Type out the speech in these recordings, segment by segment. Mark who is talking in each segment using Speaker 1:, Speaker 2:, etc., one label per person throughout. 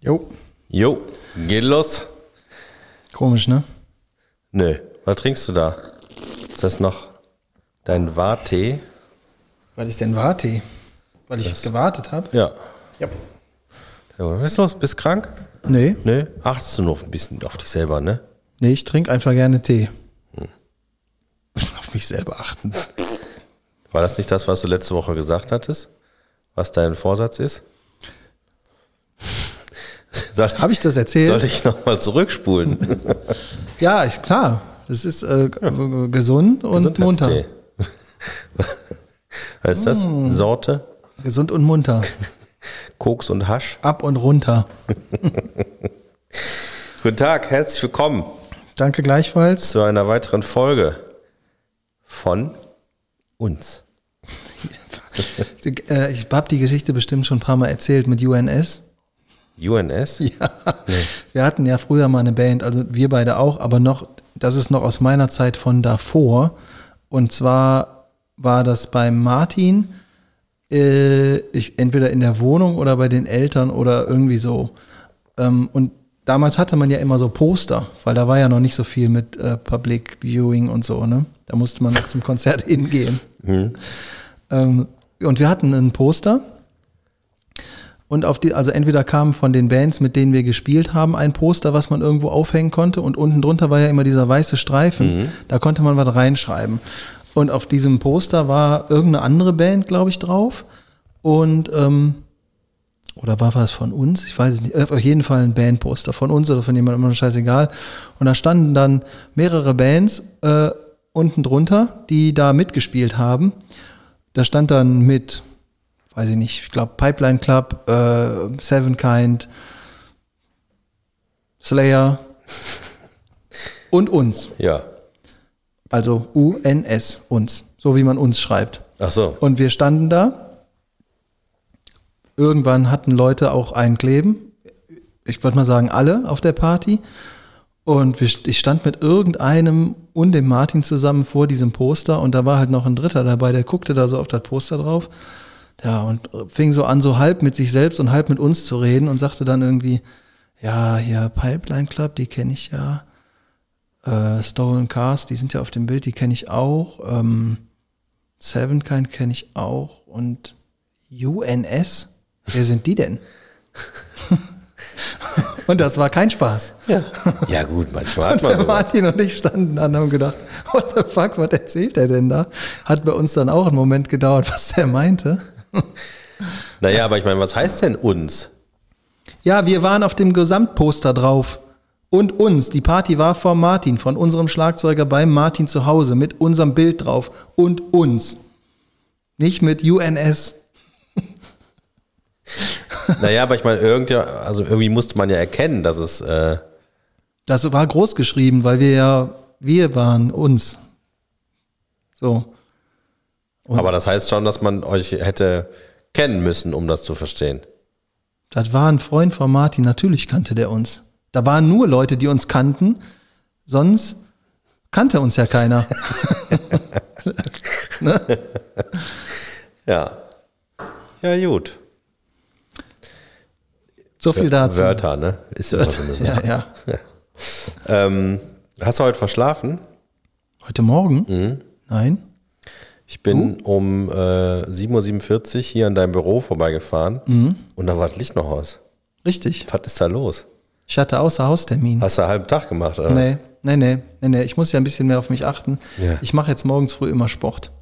Speaker 1: Jo.
Speaker 2: Jo, geht los.
Speaker 1: Komisch, ne?
Speaker 2: Nö, was trinkst du da? Ist das noch dein Wartee?
Speaker 1: Was ist denn Warte? Weil ich gewartet habe?
Speaker 2: Ja.
Speaker 1: Ja.
Speaker 2: Ja, Was ist los? Bist krank?
Speaker 1: Nee,
Speaker 2: Nö, achtest du noch ein bisschen auf dich selber, ne?
Speaker 1: nee, ich trinke einfach gerne Tee. Auf mich selber achten.
Speaker 2: War das nicht das, was du letzte Woche gesagt hattest? Was dein Vorsatz ist? Soll,
Speaker 1: Habe ich das erzählt?
Speaker 2: soll ich nochmal zurückspulen?
Speaker 1: Ja, ich, klar. Das ist äh, g- g- gesund und munter.
Speaker 2: Gesundheitstee. Was ist das? Sorte,
Speaker 1: Gesund und munter.
Speaker 2: Koks und Hasch.
Speaker 1: Ab und runter.
Speaker 2: Guten Tag, herzlich willkommen
Speaker 1: Danke gleichfalls.
Speaker 2: zu einer weiteren Folge von uns.
Speaker 1: Äh, Ich habe die Geschichte bestimmt schon ein paar Mal erzählt mit UNS.
Speaker 2: UNS?
Speaker 1: Wir hatten ja früher mal eine Band, also wir beide auch, aber noch, das ist noch aus meiner Zeit von davor. Und zwar war das bei Martin, äh, ich, entweder in der Wohnung oder bei den Eltern oder irgendwie so. Ähm, und damals hatte man ja immer so Poster, weil da war ja noch nicht so viel mit äh, Public Viewing und so, ne? Da musste man noch zum Konzert hingehen. Ähm, und wir hatten ein Poster. Und auf die, also entweder kam von den Bands, mit denen wir gespielt haben, ein Poster, was man irgendwo aufhängen konnte. Und unten drunter war ja immer dieser weiße Streifen. Da konnte man was reinschreiben. Und auf diesem Poster war irgendeine andere Band, glaube ich, drauf. Und ähm, oder war was von uns? Ich weiß es nicht. Auf jeden Fall ein Bandposter von uns oder von jemandem, immer scheißegal. Und da standen dann mehrere Bands äh, unten drunter, die da mitgespielt haben. Da stand dann mit, weiß ich nicht, ich glaube Pipeline Club, äh, Seven Kind, Slayer und uns.
Speaker 2: Ja.
Speaker 1: Also UNS, uns. So wie man uns schreibt.
Speaker 2: Ach so.
Speaker 1: Und wir standen da. Irgendwann hatten Leute auch ein Kleben. Ich würde mal sagen, alle auf der Party. Und wir, st- ich stand mit irgendeinem und dem Martin zusammen vor diesem Poster und da war halt noch ein Dritter dabei, der guckte da so auf das Poster drauf. Ja, und fing so an, so halb mit sich selbst und halb mit uns zu reden und sagte dann irgendwie, ja, hier Pipeline Club, die kenne ich ja. Äh, Stolen Cars, die sind ja auf dem Bild, die kenne ich auch. Ähm, Sevenkind kenne ich auch und UNS? Wer sind die denn? und das war kein Spaß.
Speaker 2: Ja. ja, gut, manchmal hat
Speaker 1: Und
Speaker 2: man
Speaker 1: der
Speaker 2: sowas.
Speaker 1: Martin und ich standen da und haben gedacht, what the fuck, was erzählt der denn da? Hat bei uns dann auch einen Moment gedauert, was der meinte.
Speaker 2: Naja, aber ich meine, was heißt denn uns?
Speaker 1: Ja, wir waren auf dem Gesamtposter drauf. Und uns. Die Party war vor Martin, von unserem Schlagzeuger beim Martin zu Hause, mit unserem Bild drauf. Und uns. Nicht mit UNS.
Speaker 2: Naja, aber ich meine, irgendwie, also irgendwie musste man ja erkennen, dass es. Äh,
Speaker 1: Das war groß geschrieben, weil wir ja, wir waren uns. So.
Speaker 2: aber das heißt schon, dass man euch hätte kennen müssen, um das zu verstehen.
Speaker 1: Das war ein Freund von Martin, natürlich kannte der uns. Da waren nur Leute, die uns kannten, sonst kannte uns ja keiner.
Speaker 2: Ja. Ja, gut.
Speaker 1: So viel dazu.
Speaker 2: Wörter, ne? Ist immer so eine Sache.
Speaker 1: Ja, ja.
Speaker 2: Ähm, hast du heute verschlafen?
Speaker 1: Heute Morgen? Nein.
Speaker 2: Ich bin um äh, 7.47 Uhr hier an deinem Büro vorbeigefahren
Speaker 1: Mhm.
Speaker 2: und da war das Licht noch aus.
Speaker 1: Richtig.
Speaker 2: Was ist da los?
Speaker 1: Ich hatte Außerhaustermin.
Speaker 2: Hast du einen halben Tag gemacht, oder?
Speaker 1: Nee, nee, nee, nee, nee. Ich muss ja ein bisschen mehr auf mich achten.
Speaker 2: Ja. Hm.
Speaker 1: Ich mache jetzt morgens früh immer Sport.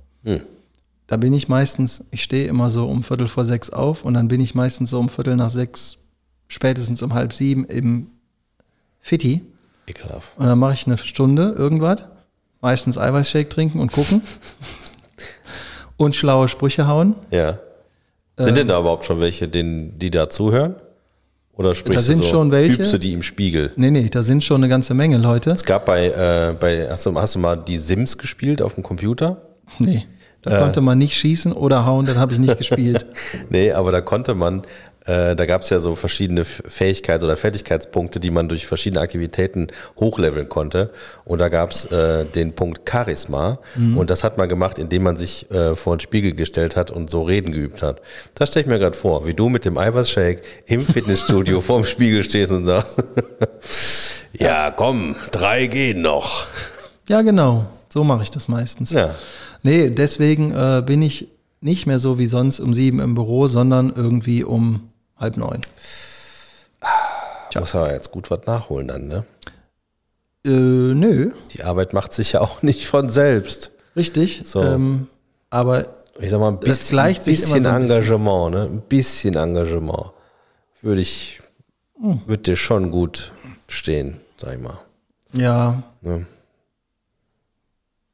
Speaker 1: Da bin ich meistens, ich stehe immer so um Viertel vor sechs auf und dann bin ich meistens so um Viertel nach sechs, spätestens um halb sieben im Fitti.
Speaker 2: Ekelhaft.
Speaker 1: Und dann mache ich eine Stunde irgendwas. Meistens Eiweißshake trinken und gucken. und schlaue Sprüche hauen.
Speaker 2: Ja.
Speaker 1: Ähm.
Speaker 2: Sind denn da überhaupt schon welche, denen, die da zuhören? Oder sprichst
Speaker 1: sind
Speaker 2: du so,
Speaker 1: schon welche.
Speaker 2: übst du die im Spiegel?
Speaker 1: Nee, nee, da sind schon eine ganze Menge Leute.
Speaker 2: Es gab bei, äh, bei hast, du, hast du mal die Sims gespielt auf dem Computer?
Speaker 1: Nee, da konnte man nicht schießen oder hauen, dann habe ich nicht gespielt.
Speaker 2: Nee, aber da konnte man Äh, da gab es ja so verschiedene F- Fähigkeits- oder Fertigkeitspunkte, die man durch verschiedene Aktivitäten hochleveln konnte. Und da gab es äh, den Punkt Charisma. Und das hat man gemacht, indem man sich äh, vor den Spiegel gestellt hat und so reden geübt hat. Das stelle ich mir gerade vor, wie du mit dem Eiweißshake im Fitnessstudio vorm Spiegel stehst und sagst, ja komm, drei gehen noch.
Speaker 1: Ja, genau. So mache ich das meistens.
Speaker 2: Ja,
Speaker 1: Nee, deswegen äh, bin ich nicht mehr so wie sonst um sieben im Büro, sondern irgendwie um halb neun.
Speaker 2: da muss aber jetzt gut was nachholen dann, ne?
Speaker 1: Äh, nö,
Speaker 2: Die Arbeit macht sich ja auch nicht von selbst.
Speaker 1: richtig.
Speaker 2: So.
Speaker 1: Ähm, aber
Speaker 2: Ich sag mal, ein
Speaker 1: Das
Speaker 2: bisschen,
Speaker 1: gleicht sich
Speaker 2: bisschen
Speaker 1: immer so ein bisschen.
Speaker 2: Engagement, ne? Ein bisschen Engagement. Würde ich,
Speaker 1: Hm.
Speaker 2: würde dir schon gut stehen, sag ich mal.
Speaker 1: ja,
Speaker 2: Ne?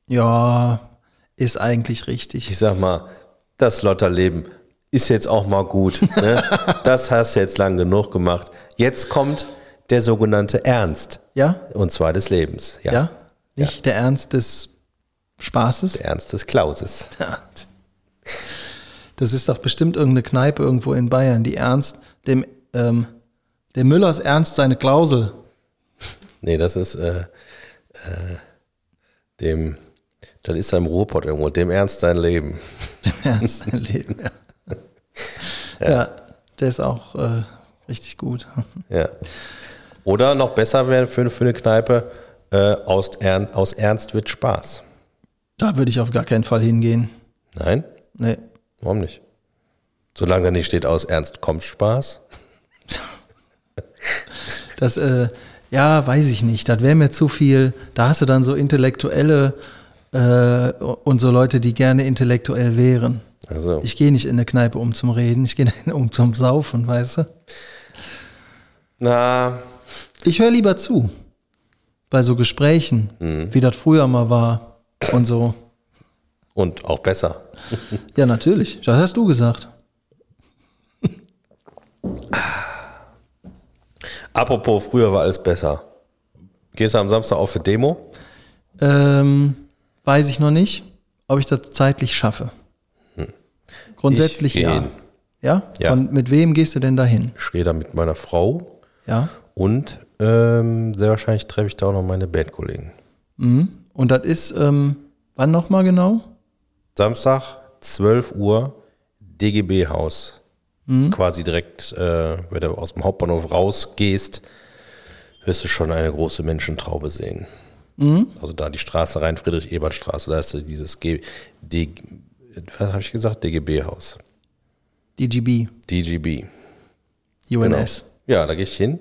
Speaker 1: ja, ist eigentlich richtig.
Speaker 2: Ich sag mal, das Lotterleben ist jetzt auch mal gut. Ne? das hast du jetzt lang genug gemacht. Jetzt kommt der sogenannte Ernst.
Speaker 1: Ja?
Speaker 2: Und zwar des Lebens. Ja.
Speaker 1: Ja? Nicht der Ernst des Spaßes?
Speaker 2: Der Ernst des Klauses.
Speaker 1: Das ist doch bestimmt irgendeine Kneipe irgendwo in Bayern, die Ernst, dem, ähm, der Müllers Ernst seine Klausel.
Speaker 2: Nee, das ist äh, äh, dem, das ist da im Ruhrpott irgendwo, dem Ernst dein Leben.
Speaker 1: Dem Ernst sein Leben, ja. ja. der ist auch äh, richtig gut.
Speaker 2: Ja. Oder noch besser wäre für, für eine Kneipe, äh, aus, Ern, aus Ernst wird Spaß.
Speaker 1: Da würde ich auf gar keinen Fall hingehen.
Speaker 2: Nein?
Speaker 1: Nee.
Speaker 2: Warum nicht? Solange da nicht steht, aus Ernst kommt Spaß.
Speaker 1: Das, äh, ja, weiß ich nicht. Das wäre mir zu viel. Da hast du dann so Intellektuelle äh, und so Leute, die gerne intellektuell wären.
Speaker 2: Also,
Speaker 1: Ich gehe nicht in eine Kneipe, um zum Reden. Ich gehe dahin, um zum Saufen, weißt du?
Speaker 2: na,
Speaker 1: Ich höre lieber zu. Bei so Gesprächen,
Speaker 2: Mhm.
Speaker 1: wie das früher mal war und so.
Speaker 2: und auch besser.
Speaker 1: Ja, natürlich. Das hast du gesagt.
Speaker 2: Apropos, früher war alles besser. Gehst du am Samstag auf für Demo?
Speaker 1: Ähm, weiß ich noch nicht, ob ich das zeitlich schaffe. Grundsätzlich
Speaker 2: Hm. Ich
Speaker 1: ja.
Speaker 2: geh.
Speaker 1: Ja?
Speaker 2: Ja.
Speaker 1: Von, mit wem gehst du denn dahin?
Speaker 2: Ich rede da mit meiner Frau
Speaker 1: Ja.
Speaker 2: und ähm, sehr wahrscheinlich treffe ich da auch noch meine Bandkollegen.
Speaker 1: Mhm. Und das ist, ähm, wann nochmal genau?
Speaker 2: Samstag, 12 Uhr, DGB-Haus.
Speaker 1: Mhm.
Speaker 2: Quasi direkt, äh, wenn du aus dem Hauptbahnhof rausgehst, wirst du schon eine große Menschentraube sehen.
Speaker 1: Mhm.
Speaker 2: Also da die Straße rein, Friedrich-Ebert-Straße, da ist dieses G D was habe ich gesagt? DGB-Haus.
Speaker 1: DGB,
Speaker 2: DGB.
Speaker 1: UNS.
Speaker 2: Genau. Ja, da gehe ich hin.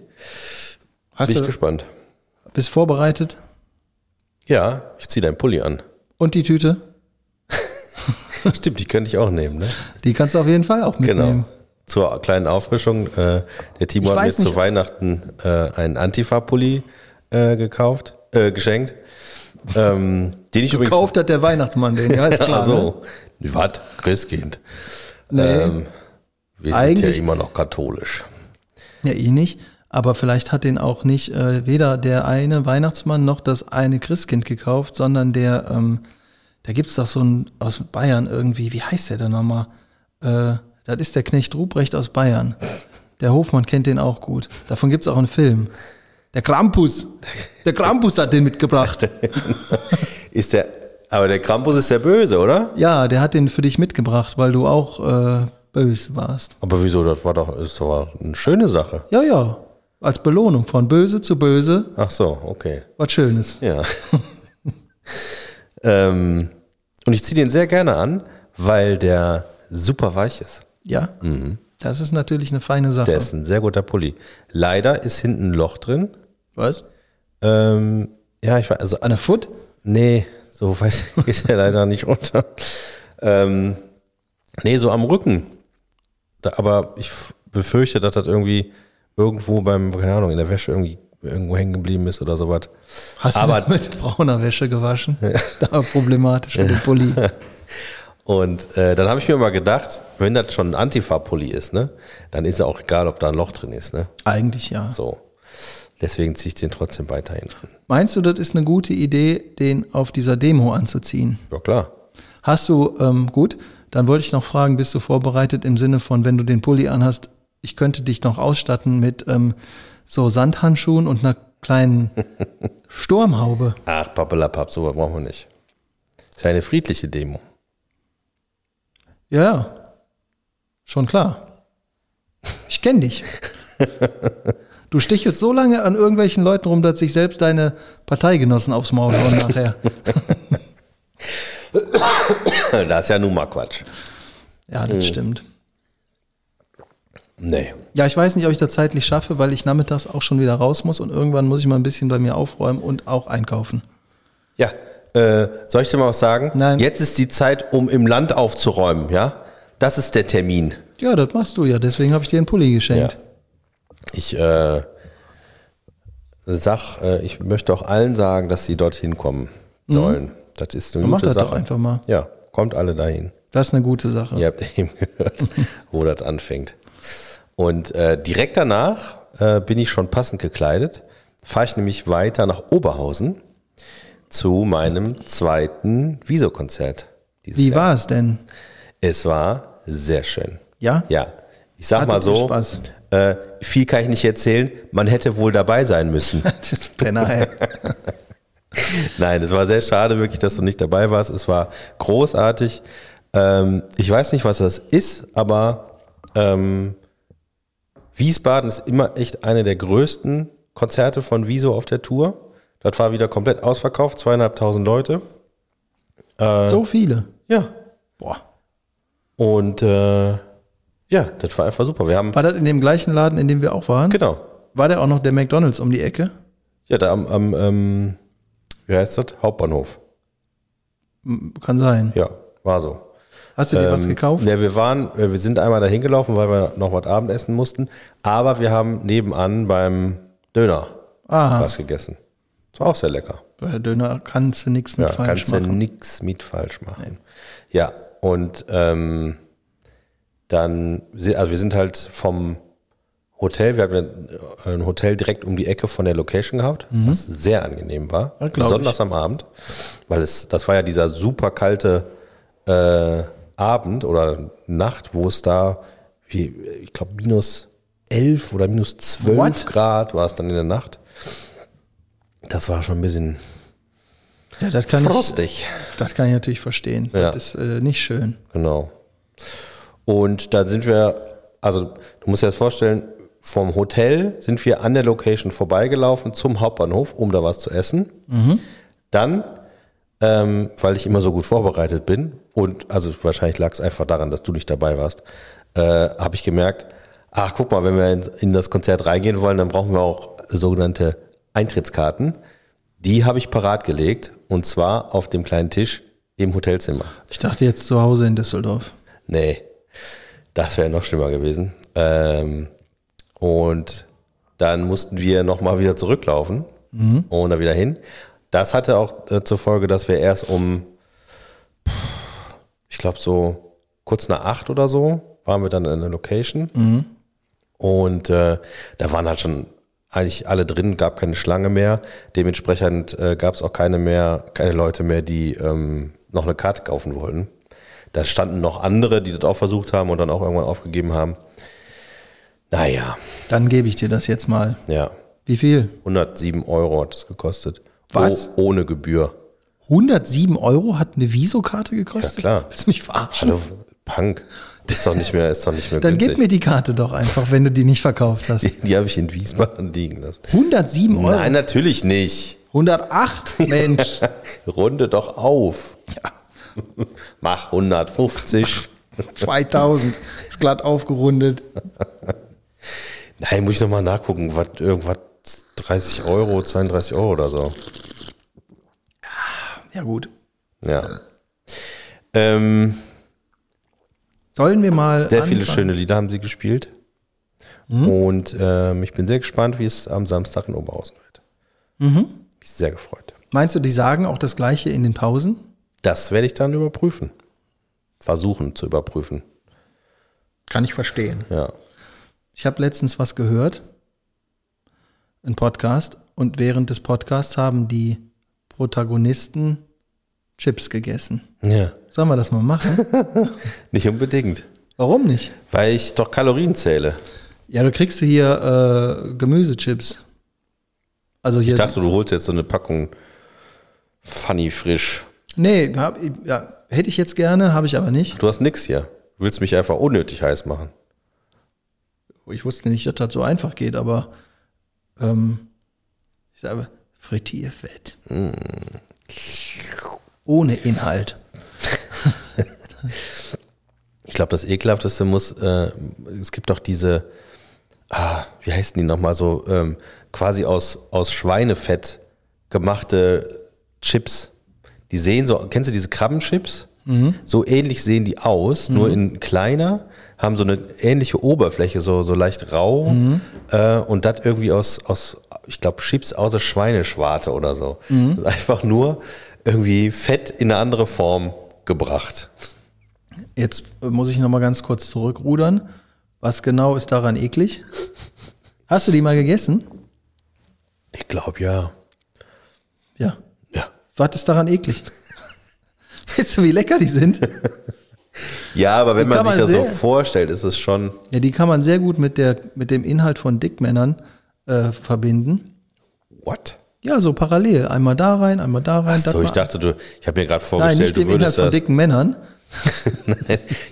Speaker 1: Hast
Speaker 2: Genau. Bin ich
Speaker 1: du,
Speaker 2: gespannt.
Speaker 1: bist vorbereitet?
Speaker 2: Ja, ich ziehe deinen Pulli an.
Speaker 1: Und die Tüte?
Speaker 2: Stimmt, die könnte ich auch nehmen, ne?
Speaker 1: Die kannst du auf jeden Fall auch
Speaker 2: Genau.
Speaker 1: mitnehmen.
Speaker 2: Zur kleinen Auffrischung. Äh, der Timo
Speaker 1: Ich
Speaker 2: hat mir
Speaker 1: weiß
Speaker 2: jetzt zu
Speaker 1: nicht.
Speaker 2: Weihnachten äh, einen Antifa-Pulli äh, gekauft, äh, geschenkt. Ähm, den ich übrigens.
Speaker 1: Kauft hat der Weihnachtsmann den, ja, ist klar.
Speaker 2: Ach so. Was? Christkind.
Speaker 1: ne? nee.
Speaker 2: Ähm, wir sind
Speaker 1: Eigentlich-
Speaker 2: ja immer noch katholisch.
Speaker 1: Ja, eh nicht. Aber vielleicht hat den auch nicht äh, weder der eine Weihnachtsmann noch das eine Christkind gekauft, sondern der, ähm, da gibt's doch so einen aus Bayern irgendwie, wie heißt der denn nochmal? Äh, das ist der Knecht Ruprecht aus Bayern. Der Hofmann kennt den auch gut. Davon gibt's auch einen Film. Der Krampus. Der Krampus hat den mitgebracht.
Speaker 2: Ist der. Aber der Krampus ist der Böse, oder?
Speaker 1: Ja, der hat den für dich mitgebracht, weil du auch äh, böse warst.
Speaker 2: Aber wieso? Das war doch, ist doch eine schöne Sache.
Speaker 1: Ja, ja. Als Belohnung von böse zu böse,
Speaker 2: Ach so, okay.
Speaker 1: was Schönes.
Speaker 2: Ja. ähm, und ich ziehe den sehr gerne an, weil der super weich ist.
Speaker 1: Ja.
Speaker 2: Mhm.
Speaker 1: Das ist natürlich eine feine Sache.
Speaker 2: Der ist ein sehr guter Pulli. Leider ist hinten ein Loch drin.
Speaker 1: Was?
Speaker 2: Ähm, ja, ich weiß, also,
Speaker 1: An der Foot?
Speaker 2: nee, so weiß ich, ist er leider nicht runter. Ähm, nee, so am Rücken. Da, aber ich f- befürchte, dass das irgendwie irgendwo beim, keine Ahnung, in der Wäsche irgendwie irgendwo hängen geblieben ist oder sowas.
Speaker 1: Hast
Speaker 2: Aber-
Speaker 1: du das mit brauner Wäsche gewaschen? Da war problematisch mit dem Pulli.
Speaker 2: Und äh, dann habe ich mir mal gedacht, wenn das schon ein Antifa-Pulli ist, ne, dann ist ja auch egal, ob da ein Loch drin ist, ne?
Speaker 1: Eigentlich ja.
Speaker 2: So. Deswegen ziehe ich den trotzdem weiterhin an.
Speaker 1: Meinst du, das ist eine gute Idee, den auf dieser Demo anzuziehen?
Speaker 2: Ja, klar.
Speaker 1: Hast du, ähm, gut, dann wollte ich noch fragen, bist du vorbereitet im Sinne von, wenn du den Pulli anhast, ich könnte dich noch ausstatten mit ähm, so Sandhandschuhen und einer kleinen Sturmhaube.
Speaker 2: Ach, pappelapapp, sowas brauchen wir nicht. Ist ja eine friedliche Demo.
Speaker 1: Ja, ja. Schon klar. Ich kenne dich. Du stichelst so lange an irgendwelchen Leuten rum, dass sich selbst deine Parteigenossen aufs Maul hauen nachher.
Speaker 2: Das ist ja nun mal Quatsch.
Speaker 1: Ja, das stimmt.
Speaker 2: Nee.
Speaker 1: Ja, ich weiß nicht, ob ich das zeitlich schaffe, weil ich nachmittags auch schon wieder raus muss und irgendwann muss ich mal ein bisschen bei mir aufräumen und auch einkaufen.
Speaker 2: Ja, äh, soll ich dir mal was sagen?
Speaker 1: Nein.
Speaker 2: Jetzt ist die Zeit, um im Land aufzuräumen, ja? Das ist der Termin.
Speaker 1: Ja, das machst du ja, deswegen habe ich dir einen Pulli geschenkt.
Speaker 2: Ich äh, sag, äh, ich möchte auch allen sagen, dass sie dorthin kommen sollen. Das ist
Speaker 1: Mhm.
Speaker 2: eine
Speaker 1: Dann mach
Speaker 2: gute
Speaker 1: das
Speaker 2: Sache.
Speaker 1: doch einfach mal.
Speaker 2: Ja, kommt alle dahin.
Speaker 1: Das ist eine gute Sache.
Speaker 2: Ihr habt eben gehört, wo das anfängt. Und äh, direkt danach äh, bin ich schon passend gekleidet, fahre ich nämlich weiter nach Oberhausen zu meinem zweiten Wieso-Konzert. dieses
Speaker 1: Wie
Speaker 2: Jahr.
Speaker 1: war es denn?
Speaker 2: Es war sehr schön.
Speaker 1: Ja?
Speaker 2: Ja. Ich sag
Speaker 1: Hattet
Speaker 2: mal
Speaker 1: ihr
Speaker 2: so,
Speaker 1: Spaß?
Speaker 2: Äh, viel kann ich nicht erzählen. Man hätte wohl dabei sein müssen.
Speaker 1: Penner, ey.
Speaker 2: Nein, es war sehr schade, wirklich, dass du nicht dabei warst. Es war großartig. Ähm, ich weiß nicht, was das ist, aber ähm, Wiesbaden ist immer echt eine der größten Konzerte von Wieso auf der Tour. Das war wieder komplett ausverkauft, zweieinhalbtausend Leute.
Speaker 1: So viele.
Speaker 2: Ja.
Speaker 1: Boah.
Speaker 2: Und äh, ja, das war einfach super. Wir haben,
Speaker 1: War das in dem gleichen Laden, in dem wir auch waren?
Speaker 2: genau,
Speaker 1: War der auch noch der McDonalds um die Ecke?
Speaker 2: ja, da am, am ähm, wie heißt das? Hauptbahnhof.
Speaker 1: M- Kann sein.
Speaker 2: Ja, war so.
Speaker 1: Hast du dir was gekauft?
Speaker 2: Ähm, Ja, wir waren, äh, wir sind einmal dahin gelaufen, weil wir noch was Abendessen mussten. Aber wir haben nebenan beim Döner
Speaker 1: Aha.
Speaker 2: was gegessen. Das war auch sehr lecker.
Speaker 1: Ah, Bei Döner kannst du nichts mit
Speaker 2: Ja,
Speaker 1: falsch
Speaker 2: kannst du
Speaker 1: machen.
Speaker 2: nichts mit falsch machen. Ja, und ähm, dann, si- also wir sind halt vom Hotel, wir hatten ein Hotel direkt um die Ecke von der Location gehabt, was sehr angenehm war.
Speaker 1: Mhm. Ja, glaub
Speaker 2: besonders am Abend, weil es, das war ja dieser super kalte äh, Abend oder Nacht, wo es da, wie, ich glaube, minus 11 oder minus 12
Speaker 1: What?
Speaker 2: Grad war es dann in der Nacht. Das war schon ein bisschen
Speaker 1: Ja, das kann, ich,
Speaker 2: frostig.
Speaker 1: das kann ich natürlich verstehen.
Speaker 2: Ja.
Speaker 1: Das ist äh, nicht schön.
Speaker 2: Genau. Und dann sind wir, also du musst dir das vorstellen, vom Hotel sind wir an der Location vorbeigelaufen zum Hauptbahnhof, um da was zu essen. Dann, ähm, weil ich immer so gut vorbereitet bin und also wahrscheinlich lag es einfach daran, dass du nicht dabei warst, äh, habe ich gemerkt, ach guck mal, wenn wir in, in das Konzert reingehen wollen, dann brauchen wir auch sogenannte Eintrittskarten. Die habe ich parat gelegt und zwar auf dem kleinen Tisch im Hotelzimmer.
Speaker 1: Ich dachte jetzt zu Hause in Düsseldorf.
Speaker 2: Nee, das wäre noch schlimmer gewesen. Ähm, und dann mussten wir nochmal wieder zurücklaufen und da wieder hin. Das hatte auch äh, zur Folge, dass wir erst um, pff, ich glaube, so kurz nach acht oder so waren wir dann in der Location. Und äh, da waren halt schon eigentlich alle drin, gab keine Schlange mehr. Dementsprechend äh, gab es auch keine mehr, keine Leute mehr, die ähm, noch eine Karte kaufen wollten. Da standen noch andere, die das auch versucht haben und dann auch irgendwann aufgegeben haben. Naja,
Speaker 1: Dann gebe ich dir das jetzt mal.
Speaker 2: ja.
Speaker 1: Wie viel?
Speaker 2: 107 Euro hat es gekostet.
Speaker 1: Was?
Speaker 2: Oh, ohne Gebühr.
Speaker 1: 107 Euro hat eine Visokarte gekostet?
Speaker 2: Ja, klar.
Speaker 1: Willst du mich verarschen?
Speaker 2: Hallo, Punk. Ist doch nicht mehr, ist doch nicht mehr
Speaker 1: Dann
Speaker 2: günstig.
Speaker 1: gib mir die Karte doch einfach, wenn du die nicht verkauft hast.
Speaker 2: die habe ich in Wiesbaden liegen lassen.
Speaker 1: 107 Euro?
Speaker 2: Nein, natürlich nicht.
Speaker 1: 108? Mensch.
Speaker 2: Runde doch auf.
Speaker 1: ja.
Speaker 2: Mach 150.
Speaker 1: 2000. Ist glatt aufgerundet.
Speaker 2: Nein, muss ich nochmal nachgucken. Was, irgendwas 30 Euro, 32 Euro oder so.
Speaker 1: Ja, gut.
Speaker 2: Ja. Ähm,
Speaker 1: Sollen wir mal.
Speaker 2: Sehr viele
Speaker 1: anfangen?
Speaker 2: schöne Lieder haben sie gespielt. Und ähm, ich bin sehr gespannt, wie es am Samstag in Oberhausen wird. Mich sehr gefreut.
Speaker 1: Meinst du, die sagen auch das Gleiche in den Pausen?
Speaker 2: Das werde ich dann überprüfen. Versuchen zu überprüfen.
Speaker 1: Kann ich verstehen.
Speaker 2: Ja.
Speaker 1: Ich habe letztens was gehört, einen Podcast, und während des Podcasts haben die Protagonisten Chips gegessen.
Speaker 2: Ja.
Speaker 1: Sollen wir das mal machen?
Speaker 2: Nicht unbedingt.
Speaker 1: Warum nicht?
Speaker 2: Weil ich doch Kalorien zähle.
Speaker 1: Ja, du kriegst hier äh, Gemüsechips. Also hier.
Speaker 2: Ich dachte, du holst jetzt so eine Packung Funny frisch.
Speaker 1: nee, hab, ja, hätte ich jetzt gerne, habe ich aber nicht.
Speaker 2: Du hast nix hier. Du willst mich einfach unnötig heiß machen.
Speaker 1: Ich wusste nicht, dass das so einfach geht, aber ähm, ich sage, Frittierfett. Ohne Inhalt.
Speaker 2: Ich glaube, das ekelhafteste muss, äh, es gibt doch diese, ah, wie heißen die nochmal so, ähm, quasi aus, aus Schweinefett gemachte Chips. Die sehen so, kennst du diese Krabbenchips? So ähnlich sehen die aus, nur in kleiner, haben so eine ähnliche Oberfläche, so, so leicht rau äh, und das irgendwie aus, aus ich glaube, Chips außer Schweineschwarte oder so. Das ist einfach nur irgendwie Fett in eine andere Form gebracht.
Speaker 1: Jetzt äh, muss ich noch mal ganz kurz zurückrudern. Was genau ist daran eklig? Hast du die mal gegessen?
Speaker 2: Ich glaube ja.
Speaker 1: Ja.
Speaker 2: Ja.
Speaker 1: Was ist daran eklig? Weißt du, wie lecker die sind?
Speaker 2: Ja, aber wenn
Speaker 1: Wie
Speaker 2: man
Speaker 1: kann
Speaker 2: sich
Speaker 1: man
Speaker 2: das so
Speaker 1: sehen?
Speaker 2: vorstellt, ist es schon.
Speaker 1: Ja, die kann man sehr gut mit, der, mit dem Inhalt von Dickmännern äh, verbinden.
Speaker 2: What?
Speaker 1: Ja, so parallel. Einmal da rein, einmal da rein. das
Speaker 2: Achso, ich
Speaker 1: mal-
Speaker 2: dachte, du. Ich habe mir gerade
Speaker 1: Nein, nicht
Speaker 2: vorgestellt,
Speaker 1: dem
Speaker 2: du
Speaker 1: Inhalt
Speaker 2: würdest
Speaker 1: von
Speaker 2: das.
Speaker 1: dicken Männern.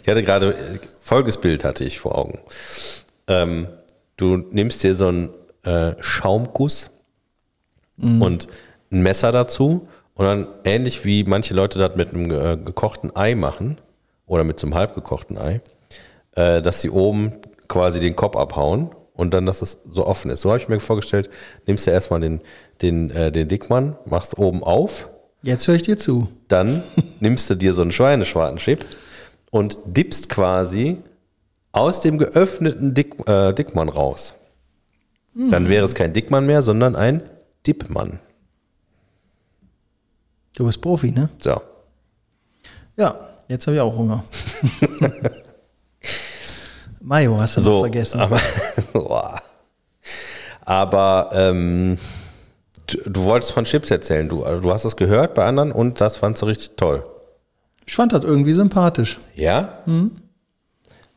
Speaker 2: ich hatte gerade äh, folgendes Bild hatte ich vor Augen. Ähm, du nimmst dir so einen äh, Schaumguss und ein Messer dazu und dann ähnlich wie manche Leute das mit einem äh, gekochten Ei machen oder mit so einem halbgekochten Ei, äh, dass sie oben quasi den Kopf abhauen und dann, dass es so offen ist. So habe ich mir vorgestellt, nimmst du erstmal den, den, äh, den Dickmann, machst oben auf
Speaker 1: Jetzt höre ich dir zu.
Speaker 2: dann nimmst du dir so einen Schweineschwartenchip und dippst quasi aus dem geöffneten Dick, äh, Dickmann raus. Dann wäre es kein Dickmann mehr, sondern ein Dippmann.
Speaker 1: Du bist Profi, ne?
Speaker 2: So.
Speaker 1: Ja, jetzt habe ich auch Hunger. Mayo hast du noch
Speaker 2: so äh.
Speaker 1: vergessen.
Speaker 2: Aber, Boah. aber ähm, du, du wolltest von Chips erzählen. Du, du hast es gehört bei anderen und das fandst du richtig toll.
Speaker 1: Ich fand das irgendwie sympathisch.
Speaker 2: Ja?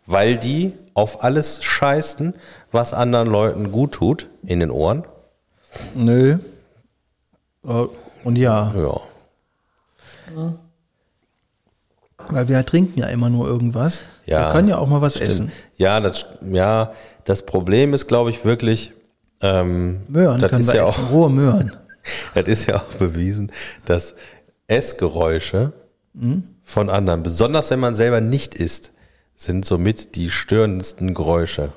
Speaker 2: Weil die auf alles scheißen, was anderen Leuten gut tut, in den Ohren.
Speaker 1: Nö. Äh, Und ja,
Speaker 2: Ja.
Speaker 1: weil wir trinken ja immer nur irgendwas.
Speaker 2: Ja.
Speaker 1: Wir können ja auch mal was essen.
Speaker 2: Ja, das, ja, das Problem ist, glaube ich, wirklich, ähm,
Speaker 1: Möhren
Speaker 2: das,
Speaker 1: können
Speaker 2: ist
Speaker 1: wir
Speaker 2: ja auch,
Speaker 1: essen, rohe Möhren.
Speaker 2: das ist ja auch bewiesen, dass Essgeräusche
Speaker 1: Mhm.
Speaker 2: von anderen, besonders wenn man selber nicht isst, sind somit die störendsten Geräusche,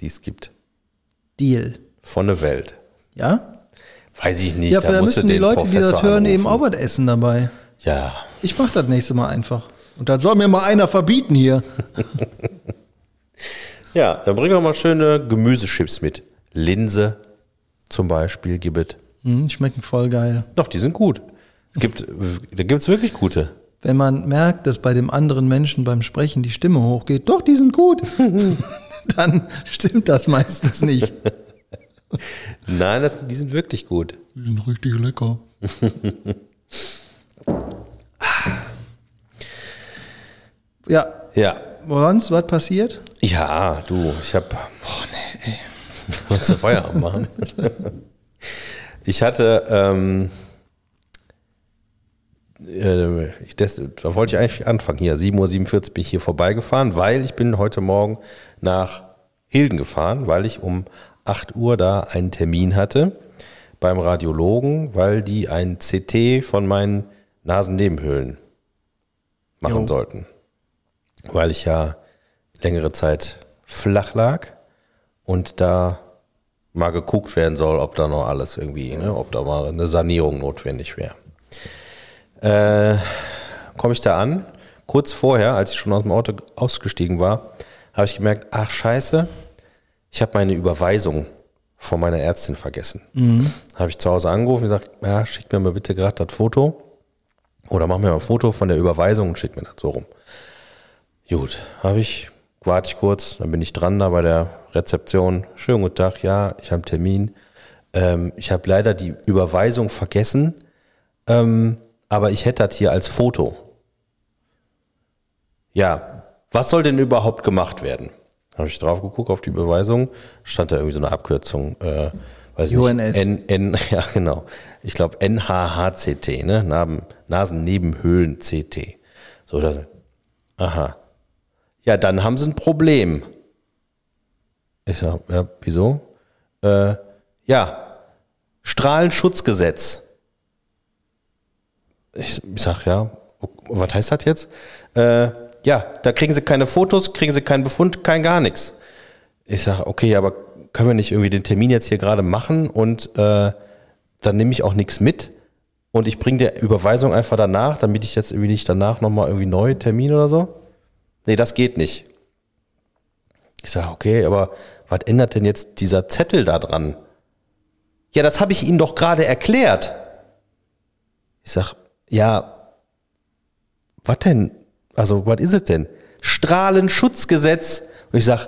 Speaker 2: die es gibt
Speaker 1: Deal.
Speaker 2: von der Welt.
Speaker 1: Ja?
Speaker 2: Weiß ich nicht.
Speaker 1: Ja, da
Speaker 2: musst du
Speaker 1: müssen die
Speaker 2: den
Speaker 1: Leute, die das
Speaker 2: Professor
Speaker 1: hören,
Speaker 2: anrufen.
Speaker 1: eben auch was essen dabei.
Speaker 2: Ja,
Speaker 1: Ich mach das nächste Mal einfach. Und dann soll mir mal einer verbieten hier.
Speaker 2: ja, dann bring doch mal schöne Gemüsechips mit. Linse zum Beispiel gibt es.
Speaker 1: Hm, schmecken voll geil.
Speaker 2: Doch, die sind gut. Es gibt, da gibt es wirklich gute.
Speaker 1: Wenn man merkt, dass bei dem anderen Menschen beim Sprechen die Stimme hochgeht, doch, die sind gut, dann stimmt das meistens nicht.
Speaker 2: Nein, das, die sind wirklich gut.
Speaker 1: Die sind richtig lecker. ja,
Speaker 2: Ja.
Speaker 1: sonst, was passiert?
Speaker 2: Ja, du, ich hab. Boah, nee, ey. Wolltest du Feierabend machen? ich hatte, ähm, äh, ich, das, da wollte ich eigentlich anfangen. Hier, 7.47 Uhr bin ich hier vorbeigefahren, weil ich bin heute Morgen nach Hilden gefahren, weil ich um 8 Uhr da einen Termin hatte beim Radiologen, weil die ein CT von meinen Nasennebenhöhlen machen
Speaker 1: Jo.
Speaker 2: sollten. Weil ich ja längere Zeit flach lag und da mal geguckt werden soll, ob da noch alles irgendwie, ne, ob da mal eine Sanierung notwendig wäre. Äh, Komme ich da an? Kurz vorher, als ich schon aus dem Auto ausgestiegen war, habe ich gemerkt, ach scheiße, ich habe meine Überweisung von meiner Ärztin vergessen. Habe ich zu Hause angerufen und gesagt, ja, schick mir mal bitte gerade das Foto oder mach mir mal ein Foto von der Überweisung und schick mir das so rum. Gut, habe ich, warte ich kurz, dann bin ich dran da bei der Rezeption. Schönen guten Tag, ja, ich habe einen Termin. Ähm, ich habe leider die Überweisung vergessen, ähm, aber ich hätte das hier als Foto. Ja, was soll denn überhaupt gemacht werden? Dann habe ich drauf geguckt auf die Überweisung, stand da irgendwie so eine Abkürzung. Äh, weiß
Speaker 1: UNS.
Speaker 2: nicht. N, N, ja, genau. Ich glaube NHHCT, ne? Nasen, Nasennebenhöhlen-CT. So, das, aha. Ja, dann haben sie ein Problem. Ich sag, ja, wieso? Äh, ja, Strahlenschutzgesetz. Ich, ich sag, ja, o- was heißt das jetzt? Äh, ja, da kriegen sie keine Fotos, kriegen sie keinen Befund, kein gar nichts. Ich sag, okay, aber können wir nicht irgendwie den Termin jetzt hier gerade machen und äh, dann nehme ich auch nichts mit und ich bringe der Überweisung einfach danach, damit ich jetzt irgendwie nicht danach nochmal irgendwie neue Termin oder so? Nee, das geht nicht. Ich sage, okay, aber was ändert denn jetzt dieser Zettel da dran? Ja, das habe ich Ihnen doch gerade erklärt. Ich sag, ja, was denn? Also, was ist es denn? Strahlenschutzgesetz. Und ich sag,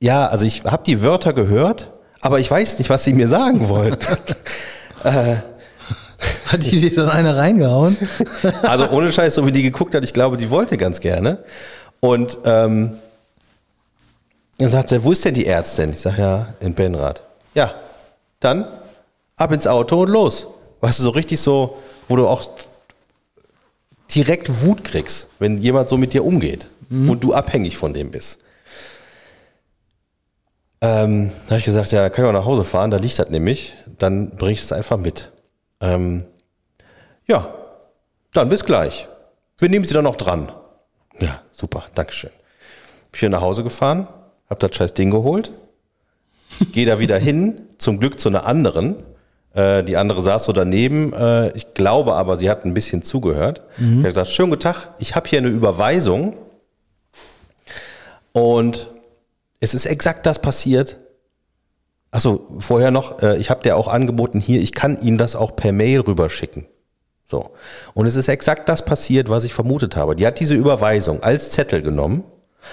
Speaker 2: ja, also ich habe die Wörter gehört, aber ich weiß nicht, was Sie mir sagen wollen.
Speaker 1: Hat die dir dann eine reingehauen?
Speaker 2: Also ohne Scheiß, so wie die geguckt hat, ich glaube, die wollte ganz gerne. Und ähm, dann sagt er, wo ist denn die Ärztin? Ich sage, ja, in Benrath. Ja, dann ab ins Auto und los. Weißt du, so richtig so, wo du auch direkt Wut kriegst, wenn jemand so mit dir umgeht und du abhängig von dem bist. Ähm, da habe ich gesagt, ja, dann kann ich auch nach Hause fahren, da liegt das nämlich. Dann bringe ich das einfach mit. Ähm, ja, dann bis gleich. Wir nehmen Sie dann noch dran. Ja, super, Dankeschön. Bin hier nach Hause gefahren, hab das scheiß Ding geholt, geh da wieder hin, zum Glück zu einer anderen. Äh, die andere saß so daneben. Äh, ich glaube aber, sie hat ein bisschen zugehört. Ich habe gesagt, schönen guten Tag, ich habe hier eine Überweisung. Und es ist exakt das passiert. Achso, vorher noch, äh, ich habe dir auch angeboten hier, ich kann Ihnen das auch per Mail rüberschicken. So. Und es ist exakt das passiert, was ich vermutet habe. Die hat diese Überweisung als Zettel genommen,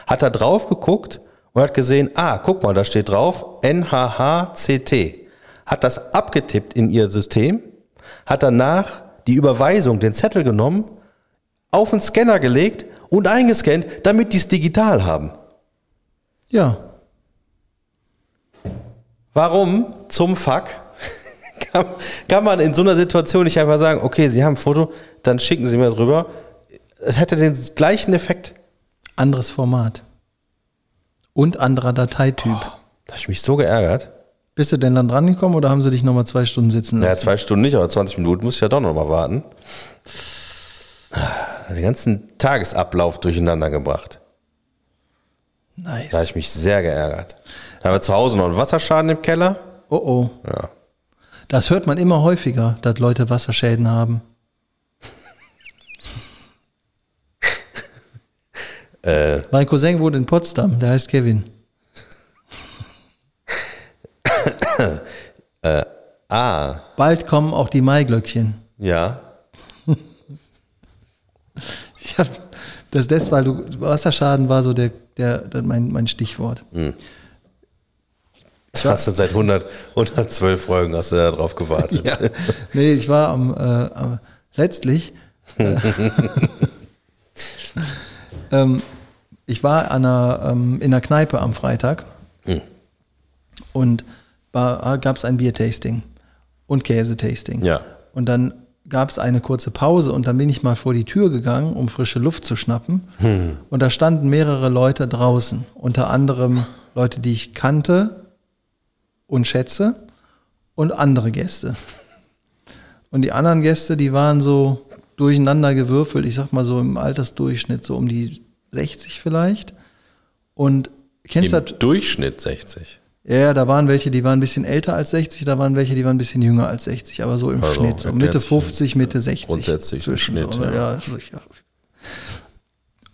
Speaker 2: hat da drauf geguckt und hat gesehen, ah, guck mal, da steht drauf NHHCT. Hat das abgetippt in ihr System, hat danach die Überweisung, den Zettel genommen, auf den Scanner gelegt und eingescannt, damit die es digital haben.
Speaker 1: Ja.
Speaker 2: Warum zum Fuck kann, kann man in so einer Situation nicht einfach sagen, okay, Sie haben ein Foto, dann schicken Sie mir das rüber. Es hätte den gleichen Effekt.
Speaker 1: Anderes Format. Und anderer Dateityp.
Speaker 2: Da habe ich mich so geärgert.
Speaker 1: Bist du denn dann dran gekommen oder haben sie dich nochmal zwei Stunden sitzen
Speaker 2: Naja,
Speaker 1: lassen?
Speaker 2: zwei Stunden nicht, aber 20 Minuten muss ich ja doch nochmal warten. Ah, Den ganzen Tagesablauf durcheinander gebracht. Da habe
Speaker 1: nice.
Speaker 2: ich mich sehr geärgert. Da haben wir zu Hause noch einen Wasserschaden im Keller.
Speaker 1: Oh oh.
Speaker 2: Ja.
Speaker 1: Das hört man immer häufiger, dass Leute Wasserschäden haben. Mein Cousin wohnt in Potsdam, der heißt Kevin.
Speaker 2: Ah,
Speaker 1: Bald kommen auch die Maiglöckchen.
Speaker 2: ja.
Speaker 1: Ich hab, das letzte Mal, du, Wasserschaden war so der, der, der mein, mein Stichwort.
Speaker 2: Das hast du seit 100, 112 Folgen hast du da drauf gewartet.
Speaker 1: Ja. Nee, ich war am, äh, am letztlich. Äh, ähm, ich war an einer, ähm, in einer Kneipe am Freitag
Speaker 2: Hm.
Speaker 1: und gab es ein Biertasting und Käsetasting.
Speaker 2: Ja.
Speaker 1: Und dann gab es eine kurze Pause und dann bin ich mal vor die Tür gegangen, um frische Luft zu schnappen.
Speaker 2: Hm.
Speaker 1: Und da standen mehrere Leute draußen, unter anderem Leute, die ich kannte und schätze und andere Gäste. Und die anderen Gäste, die waren so durcheinander gewürfelt, ich sag mal so im Altersdurchschnitt, so um die 60 vielleicht. Und kennst du das?
Speaker 2: Im Durchschnitt 60.
Speaker 1: Ja, da waren welche, die waren ein bisschen älter als 60, da waren welche, die waren ein bisschen jünger als 60, aber so im
Speaker 2: Also,
Speaker 1: Schnitt, so
Speaker 2: erklärt
Speaker 1: Mitte
Speaker 2: sich
Speaker 1: 50, Mitte 60.
Speaker 2: grundsätzlich im
Speaker 1: zwischen
Speaker 2: Schnitt,
Speaker 1: so, ne?
Speaker 2: ja.
Speaker 1: ja. sicher.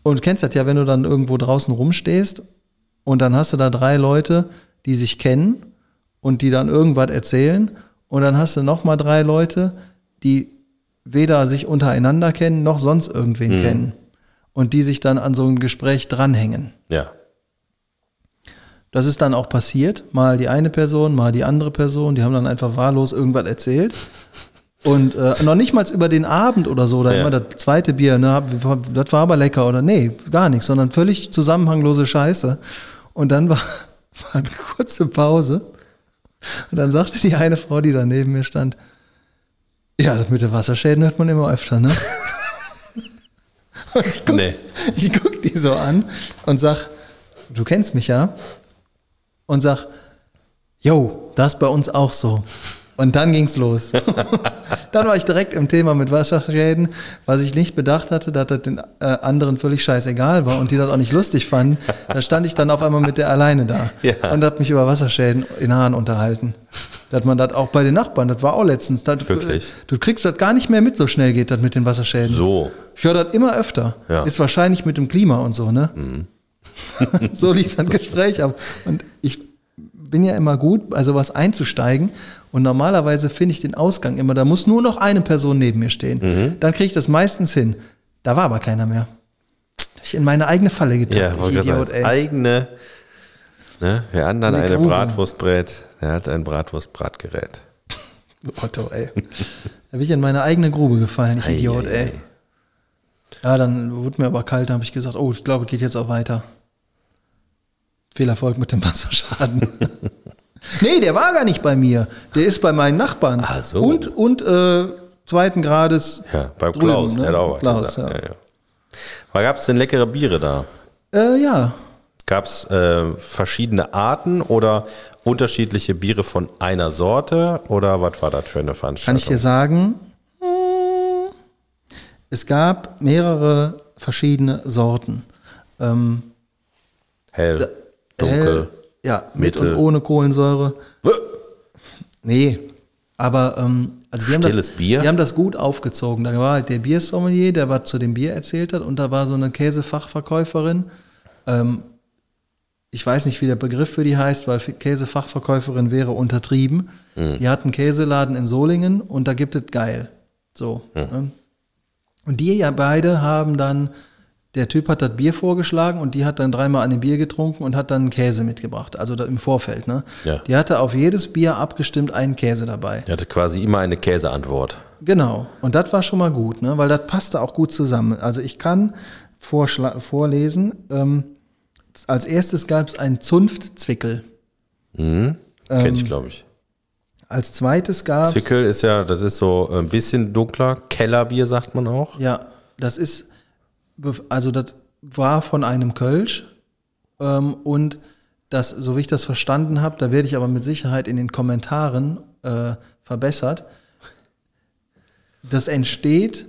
Speaker 1: Und kennst das ja, wenn du dann irgendwo draußen rumstehst und dann hast du da drei Leute, die sich kennen und die dann irgendwas erzählen und dann hast du noch mal drei Leute, die weder sich untereinander kennen noch sonst irgendwen
Speaker 2: Hm.
Speaker 1: kennen und die sich dann an so ein Gespräch dranhängen.
Speaker 2: Ja.
Speaker 1: Das ist dann auch passiert. Mal die eine Person, mal die andere Person. Die haben dann einfach wahllos irgendwas erzählt. Und äh, noch nicht mal über den Abend oder so, da
Speaker 2: Ja.
Speaker 1: immer das zweite Bier, ne, hab- das war aber lecker oder nee, gar nichts, sondern völlig zusammenhanglose Scheiße. Und dann war, war eine kurze Pause. Und dann sagte die eine Frau, die da neben mir stand, ja, das mit den Wasserschäden hört man immer öfter, ne? und ich guck,
Speaker 2: Nee.
Speaker 1: ich guck die so an und sag, du kennst mich ja. Und sag, yo, das ist bei uns auch so. Und dann ging's los. dann war ich direkt im Thema mit Wasserschäden, was ich nicht bedacht hatte, dass das den äh, anderen völlig scheißegal war und die das auch nicht lustig fanden. Da stand ich dann auf einmal mit der alleine da
Speaker 2: Ja.
Speaker 1: und habe mich über Wasserschäden in Haaren unterhalten. Dass man das auch bei den Nachbarn, das war auch letztens. Das,
Speaker 2: Wirklich?
Speaker 1: Du kriegst das gar nicht mehr mit, so schnell geht das mit den Wasserschäden.
Speaker 2: So.
Speaker 1: Ich höre das immer öfter.
Speaker 2: Ja. Mhm.
Speaker 1: Ist wahrscheinlich mit dem Klima und so, ne? so lief das Gespräch ab. Und ich bin ja immer gut, also was einzusteigen. Und normalerweise finde ich den Ausgang immer, da muss nur noch eine Person neben mir stehen.
Speaker 2: Mhm.
Speaker 1: Dann kriege ich das meistens hin. Da war aber keiner mehr. Hab Ich in meine eigene Falle
Speaker 2: Ja,
Speaker 1: getappt.
Speaker 2: wollte gerade sagen, das eigene, ne, wer anderen
Speaker 1: Eine
Speaker 2: eine
Speaker 1: Grube.
Speaker 2: Bratwurstbrät, der hat ein Bratwurstbratgerät.
Speaker 1: Otto, ey. Da bin ich in meine eigene Grube gefallen, ich
Speaker 2: Ei,
Speaker 1: Idiot,
Speaker 2: ei,
Speaker 1: ey.
Speaker 2: ei.
Speaker 1: Ja, dann wurde mir aber kalt, da habe ich gesagt, oh, ich glaube, es geht jetzt auch weiter. Viel Erfolg mit dem Wasserschaden. nee, der war gar nicht bei mir. Der ist bei meinen Nachbarn.
Speaker 2: Ach so.
Speaker 1: Und, und äh, zweiten Grades.
Speaker 2: Ja, beim
Speaker 1: drüben,
Speaker 2: Klaus,
Speaker 1: ne?
Speaker 2: der hat auch was
Speaker 1: Klaus,
Speaker 2: gesagt. Ja, ja. Was gab es denn leckere Biere da?
Speaker 1: Ja. Äh, ja.
Speaker 2: Gab es äh, verschiedene Arten oder unterschiedliche Biere von einer Sorte? Oder was war das für eine
Speaker 1: Kann ich
Speaker 2: Veranstaltung?
Speaker 1: dir sagen, mm, es gab mehrere verschiedene Sorten. Ähm,
Speaker 2: Hell, dunkel.
Speaker 1: Hell, ja, mit
Speaker 2: mittel.
Speaker 1: und ohne Kohlensäure. Nee, aber ähm, also die haben, das,
Speaker 2: Stilles Bier?
Speaker 1: die haben das gut aufgezogen. Da war halt der Biersommelier, der was zu dem Bier erzählt hat und da war so eine Käsefachverkäuferin. Ähm, ich weiß nicht, wie der Begriff für die heißt, weil Käsefachverkäuferin wäre untertrieben.
Speaker 2: Hm.
Speaker 1: Die hat einen Käseladen in Solingen und da gibt es geil. So. Ne? Und die ja beide haben dann, der Typ hat das Bier vorgeschlagen und die hat dann dreimal an dem Bier getrunken und hat dann einen Käse mitgebracht. Also da im Vorfeld, ne?
Speaker 2: Ja.
Speaker 1: Die hatte auf jedes Bier abgestimmt einen Käse dabei.
Speaker 2: Er hatte quasi immer eine Käseantwort.
Speaker 1: Genau. Und das war schon mal gut, ne? Weil das passte auch gut zusammen. Also ich kann vorschla- vorlesen. Ähm, als erstes gab es einen Zunftzwickel.
Speaker 2: Hm? Kenn
Speaker 1: Ähm,
Speaker 2: ich, glaube ich.
Speaker 1: Als zweites gab es.
Speaker 2: Zwickel ist ja, das ist so ein bisschen dunkler. Kellerbier sagt man auch.
Speaker 1: Ja, das ist, be- also das war von einem Kölsch ähm, und das, so wie ich das verstanden habe, da werde ich aber mit Sicherheit in den Kommentaren äh, verbessert. Das entsteht,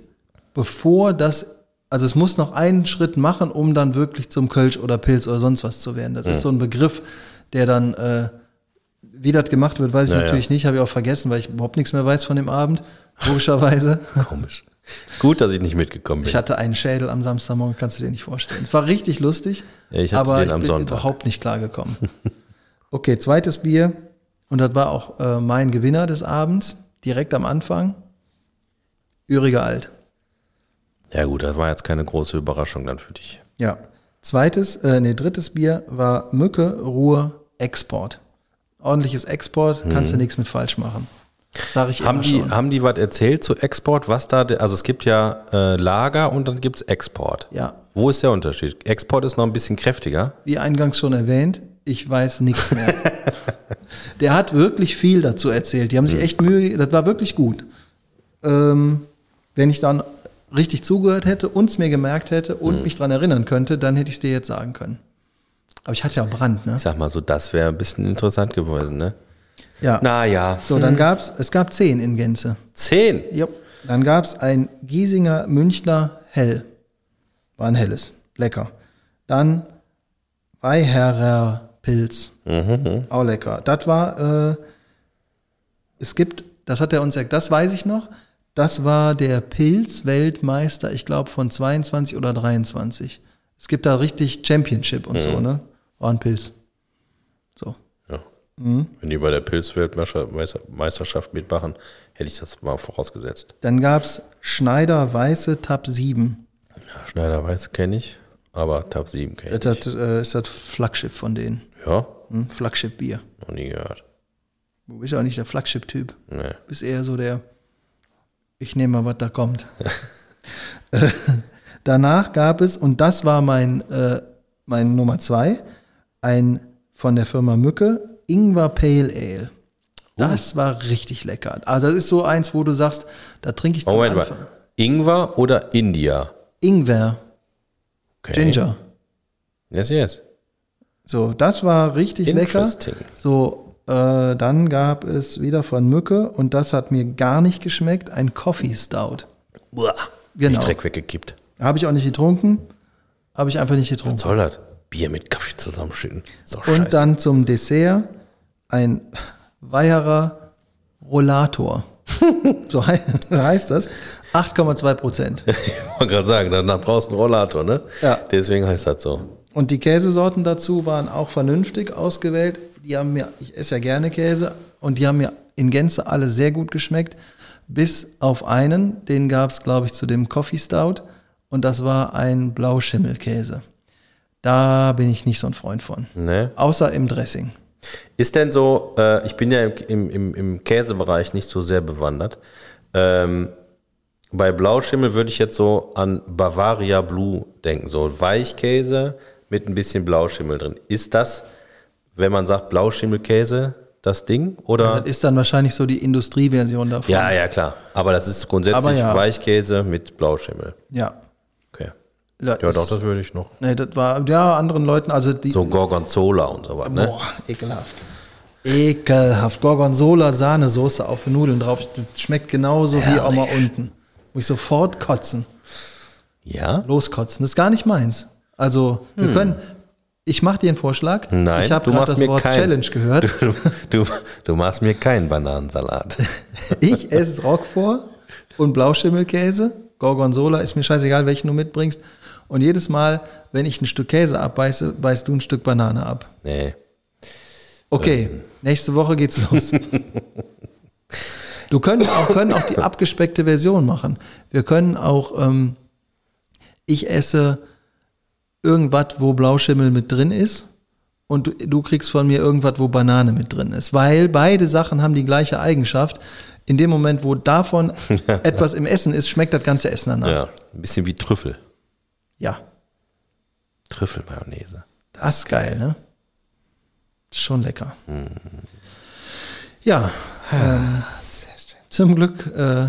Speaker 1: bevor das, also es muss noch einen Schritt machen, um dann wirklich zum Kölsch oder Pilz oder sonst was zu werden. Das
Speaker 2: Mhm.
Speaker 1: ist so ein Begriff, der dann, äh, wie das gemacht wird, weiß ich
Speaker 2: Ja, ja.
Speaker 1: natürlich nicht, habe ich auch vergessen, weil ich überhaupt nichts mehr weiß von dem Abend, logischerweise.
Speaker 2: Komisch. Gut, dass ich nicht mitgekommen bin.
Speaker 1: Ich hatte einen Schädel am Samstagmorgen, kannst du dir nicht vorstellen. Es war richtig lustig,
Speaker 2: Ja, ich hatte
Speaker 1: aber
Speaker 2: den
Speaker 1: ich
Speaker 2: am
Speaker 1: bin
Speaker 2: Sonntag.
Speaker 1: überhaupt nicht klargekommen. Okay, zweites Bier. Und das war auch äh, mein Gewinner des Abends, direkt am Anfang. Üriger Alt.
Speaker 2: ja gut, das war jetzt keine große Überraschung dann für dich.
Speaker 1: Ja. Zweites, äh, nee, drittes Bier war Mücke, Ruhr, Export. Ordentliches Export, kannst du nichts mit falsch machen. Sag ich
Speaker 2: Mhm. Haben
Speaker 1: immer
Speaker 2: die,
Speaker 1: schon.
Speaker 2: haben die was erzählt zu Export? Was da, de- also es gibt ja äh, Lager und dann gibt es Export.
Speaker 1: Ja.
Speaker 2: Wo ist der Unterschied? Export ist noch ein bisschen kräftiger.
Speaker 1: wie eingangs schon erwähnt, ich weiß nichts mehr. Der hat wirklich viel dazu erzählt. Die haben sich echt Mühe, ge- das war wirklich gut. Ähm, wenn ich dann richtig zugehört hätte und es mir gemerkt hätte und mich dran erinnern könnte, dann hätte ich es dir jetzt sagen können. Aber ich hatte ja Brand, ne?
Speaker 2: Ich sag mal so, das wäre ein bisschen interessant gewesen, ne?
Speaker 1: Ja.
Speaker 2: Naja,
Speaker 1: So, dann gab's, es gab zehn in Gänze.
Speaker 2: Hm. zehn.
Speaker 1: Jupp. Dann gab's ein Giesinger Münchner Hell. War ein helles. Lecker. Dann Weiherer Pilz. Auch lecker. Das war, äh, es gibt, das hat er uns gesagt, das weiß ich noch. Das war der Pilz-Weltmeister, ich glaube, von 22 oder 23. Es gibt da richtig Championship und so, ne? War ein Pilz. So.
Speaker 2: Ja. Wenn die bei der Pilzweltmeisterschaft mitmachen, hätte ich das mal vorausgesetzt.
Speaker 1: Dann gab's Schneider Weiße Tab 7.
Speaker 2: Ja, Schneider Weiß kenne ich, aber Tab 7 kenne ich.
Speaker 1: Das hat, äh, ist das Flaggschiff von denen.
Speaker 2: Ja,
Speaker 1: Hm? Flaggschiff-Bier.
Speaker 2: noch nie gehört.
Speaker 1: Du bist ja auch nicht der Flaggschiff-Typ.
Speaker 2: Nee.
Speaker 1: Du bist eher so der, ich nehme mal, was da kommt. Danach gab es, und das war mein, äh, mein Nummer äh, zwei, ein von der Firma Mücke Ingwer Pale Ale.
Speaker 2: Oh.
Speaker 1: Das war richtig lecker. Also das ist so eins, wo du sagst, da trinke ich zum
Speaker 2: Moment mal.
Speaker 1: Anfang.
Speaker 2: Ingwer oder India?
Speaker 1: Ingwer,
Speaker 2: Okay.
Speaker 1: Ginger.
Speaker 2: Yes, yes.
Speaker 1: So, das war richtig lecker.
Speaker 2: Interesting.
Speaker 1: So, äh, dann gab es wieder von Mücke und das hat mir gar nicht geschmeckt, ein Coffee Stout.
Speaker 2: Uah,
Speaker 1: Genau.
Speaker 2: Ich Dreck weggekippt.
Speaker 1: Habe ich auch nicht getrunken, habe ich einfach nicht
Speaker 2: Was
Speaker 1: getrunken.
Speaker 2: soll das? Bier mit Kaffee zusammenschütten. Ist doch Oh, scheiße.
Speaker 1: Und dann zum Dessert ein Weiherer Rollator. so hei- heißt das. 8,2 Prozent.
Speaker 2: Ich wollte gerade sagen, danach brauchst du einen Rollator, ne?
Speaker 1: Ja.
Speaker 2: Deswegen heißt das so.
Speaker 1: Und die Käsesorten dazu waren auch vernünftig ausgewählt. Die haben mir, ich esse ja gerne Käse und die haben mir in Gänze alle sehr gut geschmeckt, bis auf einen, den gab es, glaube ich, zu dem Coffee Stout und das war ein Blauschimmelkäse. Da bin ich nicht so ein Freund von.
Speaker 2: Ne?
Speaker 1: Außer im Dressing.
Speaker 2: Ist denn so, äh, ich bin ja im, im, im, im Käsebereich nicht so sehr bewandert. Ähm, bei Blauschimmel würde ich jetzt so an Bavaria Blue denken. So Weichkäse mit ein bisschen Blauschimmel drin. Ist das, wenn man sagt Blauschimmelkäse, das Ding? Oder?
Speaker 1: Das ist dann wahrscheinlich so die Industrieversion davon.
Speaker 2: Ja, ja, klar. Aber das ist grundsätzlich
Speaker 1: Aber ja.
Speaker 2: Weichkäse mit Blauschimmel.
Speaker 1: ja.
Speaker 2: Okay.
Speaker 1: Das,
Speaker 2: Ja, doch, das würde ich noch.
Speaker 1: Nee, das war, ja, anderen Leuten, also die,
Speaker 2: So Gorgonzola und so was, ne?
Speaker 1: Boah, ekelhaft. Ekelhaft. Gorgonzola, Sahnesoße auf Nudeln drauf. Das schmeckt genauso wie auch mal unten. Muss ich sofort kotzen.
Speaker 2: Ja?
Speaker 1: Loskotzen. Das ist gar nicht meins. Also, wir können. Ich mache dir einen Vorschlag.
Speaker 2: Hm. Nein,
Speaker 1: ich habe
Speaker 2: du
Speaker 1: gerade
Speaker 2: machst
Speaker 1: das
Speaker 2: mir
Speaker 1: Wort
Speaker 2: kein-
Speaker 1: Challenge gehört.
Speaker 2: Du, du, du machst mir keinen Bananensalat.
Speaker 1: Ich esse Roquefort und Blauschimmelkäse. Gorgonzola ist mir scheißegal, welchen du mitbringst. Und jedes Mal, wenn ich ein Stück Käse abbeiße, beißt du ein Stück Banane ab.
Speaker 2: Nee.
Speaker 1: Okay, nächste Woche geht's los. du können auch, können auch die abgespeckte Version machen. Wir können auch, ähm, ich esse irgendwas, wo Blauschimmel mit drin ist und du, du kriegst von mir irgendwas, wo Banane mit drin ist. Weil beide Sachen haben die gleiche Eigenschaft. In dem Moment, wo davon etwas im Essen ist, schmeckt das ganze Essen danach.
Speaker 2: Ja, ein bisschen wie Trüffel.
Speaker 1: ja.
Speaker 2: Trüffelmayonnaise.
Speaker 1: Das ist geil, ne? Ist Schon lecker. Ja. Ähm, zum Glück. Äh,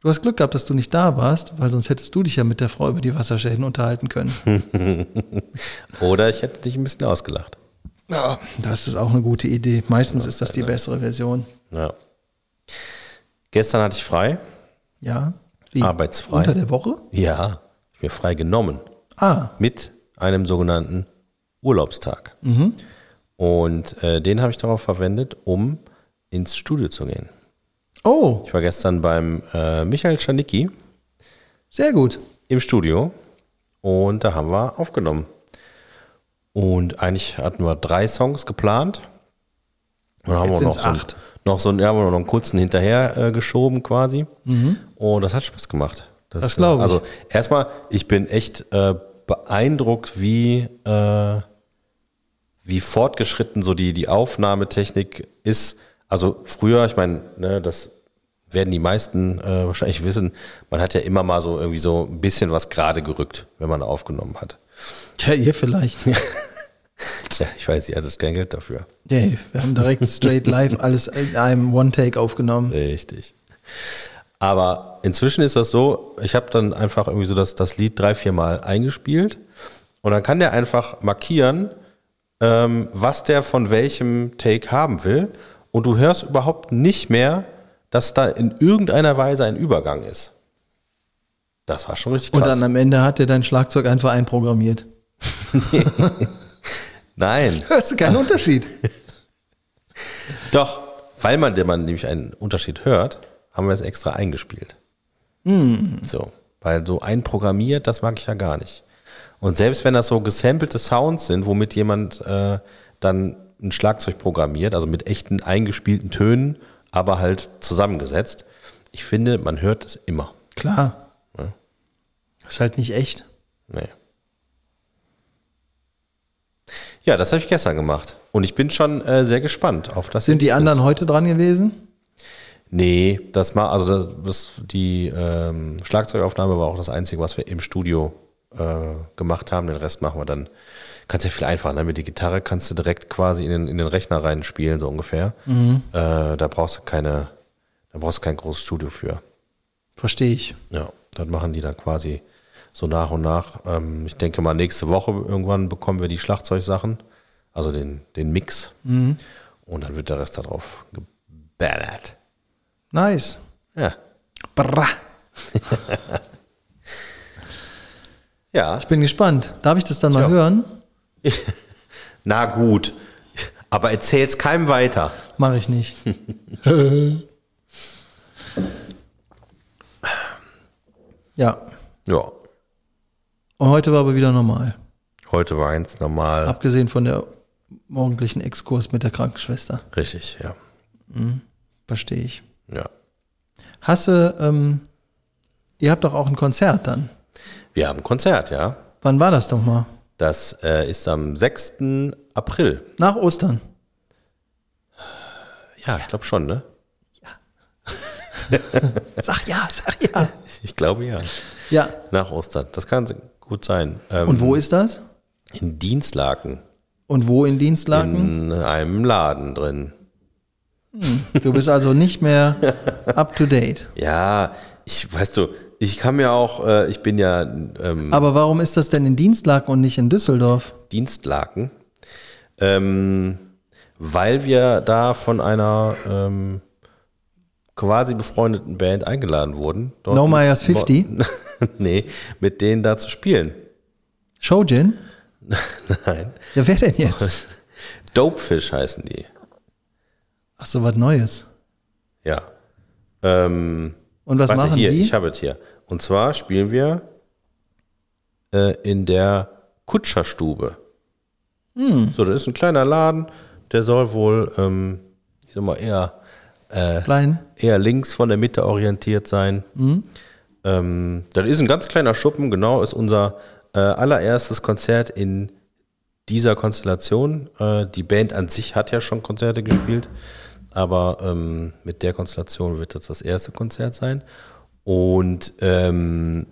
Speaker 1: du hast Glück gehabt, dass du nicht da warst, weil sonst hättest du dich ja mit der Frau über die Wasserschäden unterhalten können.
Speaker 2: Oder ich hätte dich ein bisschen ausgelacht.
Speaker 1: Ja, das ist auch eine gute Idee. Meistens ist das die bessere Version.
Speaker 2: Ja. Gestern hatte ich frei.
Speaker 1: Ja. Wie?
Speaker 2: Arbeitsfrei.
Speaker 1: Unter der Woche?
Speaker 2: Ja, ich bin frei genommen.
Speaker 1: Ah,
Speaker 2: Mit einem sogenannten Urlaubstag. Und äh, den habe ich darauf verwendet, um ins Studio zu gehen.
Speaker 1: oh,
Speaker 2: Ich war gestern beim äh, Michael Schanicki
Speaker 1: sehr gut.
Speaker 2: im Studio und da haben wir aufgenommen. Und eigentlich hatten wir drei Songs geplant. Und dann haben
Speaker 1: Jetzt
Speaker 2: wir noch
Speaker 1: sind's
Speaker 2: so, einen-
Speaker 1: acht.
Speaker 2: noch so einen, ja, haben wir noch einen kurzen hinterher äh, geschoben quasi. Und das hat Spaß gemacht.
Speaker 1: Mhm. Das glaub ich.
Speaker 2: Also erstmal, ich bin echt äh, beeindruckt, wie, äh, wie fortgeschritten so die, die Aufnahmetechnik ist. Also früher, ich meine, ne, das werden die meisten äh, wahrscheinlich wissen, man hat ja immer mal so irgendwie so ein bisschen was gerade gerückt, wenn man aufgenommen hat.
Speaker 1: Tja, ihr vielleicht.
Speaker 2: Tja, ich weiß, ihr hattet kein Geld dafür.
Speaker 1: Dave, wir haben direkt straight live alles in einem One-Take aufgenommen.
Speaker 2: Richtig. Aber inzwischen ist das so, ich habe dann einfach irgendwie so das, das Lied drei, vier Mal eingespielt und dann kann der einfach markieren, ähm, was der von welchem Take haben will und du hörst überhaupt nicht mehr, dass da in irgendeiner Weise ein Übergang ist. Das war schon richtig krass.
Speaker 1: Und dann am Ende hat er dein Schlagzeug einfach einprogrammiert.
Speaker 2: Nein,
Speaker 1: Hörst du keinen Unterschied?
Speaker 2: doch, weil man, der man nämlich einen Unterschied hört, haben wir es extra eingespielt.
Speaker 1: Hm.
Speaker 2: So, weil so einprogrammiert, das mag ich ja gar nicht. Und selbst wenn das so gesampelte Sounds sind, womit jemand äh, dann ein Schlagzeug programmiert, also mit echten eingespielten Tönen, aber halt zusammengesetzt, ich finde, man hört es immer.
Speaker 1: Klar.
Speaker 2: Ja.
Speaker 1: Ist halt nicht echt.
Speaker 2: Nee. Ja, das habe ich gestern gemacht. Und ich bin schon äh, sehr gespannt auf das.
Speaker 1: Sind die
Speaker 2: Ergebnis.
Speaker 1: anderen heute dran gewesen?
Speaker 2: Nee, das war, also das, das, die ähm, Schlagzeugaufnahme war auch das Einzige, was wir im Studio äh, gemacht haben. Den Rest machen wir dann. Kannst ja viel einfacher. Ne? Mit der Gitarre kannst du direkt quasi in den, in den Rechner reinspielen, so ungefähr. Äh, da brauchst du keine, da brauchst du kein großes Studio für.
Speaker 1: Verstehe ich.
Speaker 2: Ja, das machen die dann quasi so nach und nach. Ähm, ich denke mal, nächste Woche irgendwann bekommen wir die Schlagzeugsachen, also den, den Mix. Und dann wird der Rest darauf geballert.
Speaker 1: Nice.
Speaker 2: Ja.
Speaker 1: Bra.
Speaker 2: Ja.
Speaker 1: Ich bin gespannt. Darf ich das dann mal
Speaker 2: Ja.
Speaker 1: hören?
Speaker 2: Na gut. Aber erzähl's keinem weiter.
Speaker 1: Mache ich nicht. ja.
Speaker 2: Ja.
Speaker 1: Und heute war aber wieder normal.
Speaker 2: Heute war eins normal.
Speaker 1: Abgesehen von der morgendlichen Exkurs mit der Krankenschwester.
Speaker 2: Richtig, ja.
Speaker 1: Verstehe ich.
Speaker 2: Ja.
Speaker 1: Hasse, ähm, ihr habt doch auch ein Konzert dann.
Speaker 2: Wir haben ein Konzert, ja.
Speaker 1: Wann war das doch mal?
Speaker 2: Das äh, ist am 6. April.
Speaker 1: Nach Ostern.
Speaker 2: Ja, ich glaube schon, ne?
Speaker 1: Sag ja, sag ja.
Speaker 2: Ich glaube ja.
Speaker 1: Ja.
Speaker 2: Nach Ostern. Das kann gut sein. Ähm,
Speaker 1: Und wo ist das?
Speaker 2: In Dienstlaken.
Speaker 1: Und wo in Dienstlaken?
Speaker 2: In einem Laden drin.
Speaker 1: Du bist also nicht mehr up to date.
Speaker 2: Ja, ich weißt du, ich kann mir auch, äh, ich bin ja ähm,
Speaker 1: Aber warum ist das denn in Dienstlaken und nicht in Düsseldorf?
Speaker 2: Dienstlaken, ähm, weil wir da von einer ähm, quasi befreundeten Band eingeladen wurden. Dort
Speaker 1: No Myers 50?
Speaker 2: nee, mit denen da zu spielen.
Speaker 1: Showgin?
Speaker 2: Nein.
Speaker 1: Ja, wer denn jetzt?
Speaker 2: Dopefish heißen die.
Speaker 1: Ach so, was Neues.
Speaker 2: Ja. Ähm,
Speaker 1: Und was
Speaker 2: warte,
Speaker 1: machen
Speaker 2: hier,
Speaker 1: die?
Speaker 2: ich habe es hier. Und zwar spielen wir äh, in der Kutscherstube.
Speaker 1: Hm.
Speaker 2: So, das ist ein kleiner Laden, der soll wohl, ähm, ich sag mal, eher,
Speaker 1: Klein.
Speaker 2: eher links von der Mitte orientiert sein. Ähm, das ist ein ganz kleiner Schuppen, genau, ist unser äh, allererstes Konzert in dieser Konstellation. Äh, die Band an sich hat ja schon Konzerte gespielt, aber ähm, mit der Konstellation wird das das erste Konzert sein. Und ähm,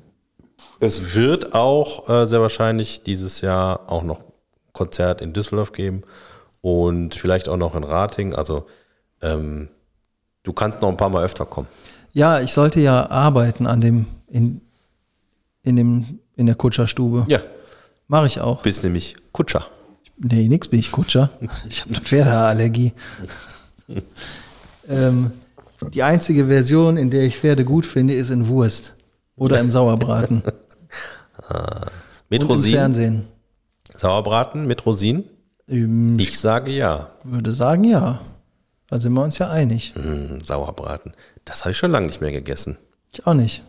Speaker 2: es wird auch äh, sehr wahrscheinlich dieses Jahr auch noch Konzert in Düsseldorf geben und vielleicht auch noch in Rating. Also ähm, du kannst noch ein paar Mal öfter kommen.
Speaker 1: Ja, ich sollte ja arbeiten an dem, in, in dem, in der Kutscherstube.
Speaker 2: Ja,
Speaker 1: Mache ich auch.
Speaker 2: bist nämlich Kutscher.
Speaker 1: Nee, nix bin ich Kutscher. Ich habe eine Pferdeallergie. ähm, die einzige Version, in der ich Pferde gut finde, ist in Wurst oder im Sauerbraten. Und
Speaker 2: Mit
Speaker 1: im
Speaker 2: Rosinen.
Speaker 1: Fernsehen.
Speaker 2: Sauerbraten mit Rosinen?
Speaker 1: Ähm,
Speaker 2: Ich sage ja.
Speaker 1: würde sagen, ja. Da sind wir uns ja einig.
Speaker 2: Hm, Sauerbraten. Das habe ich schon lange nicht mehr gegessen.
Speaker 1: Ich auch nicht.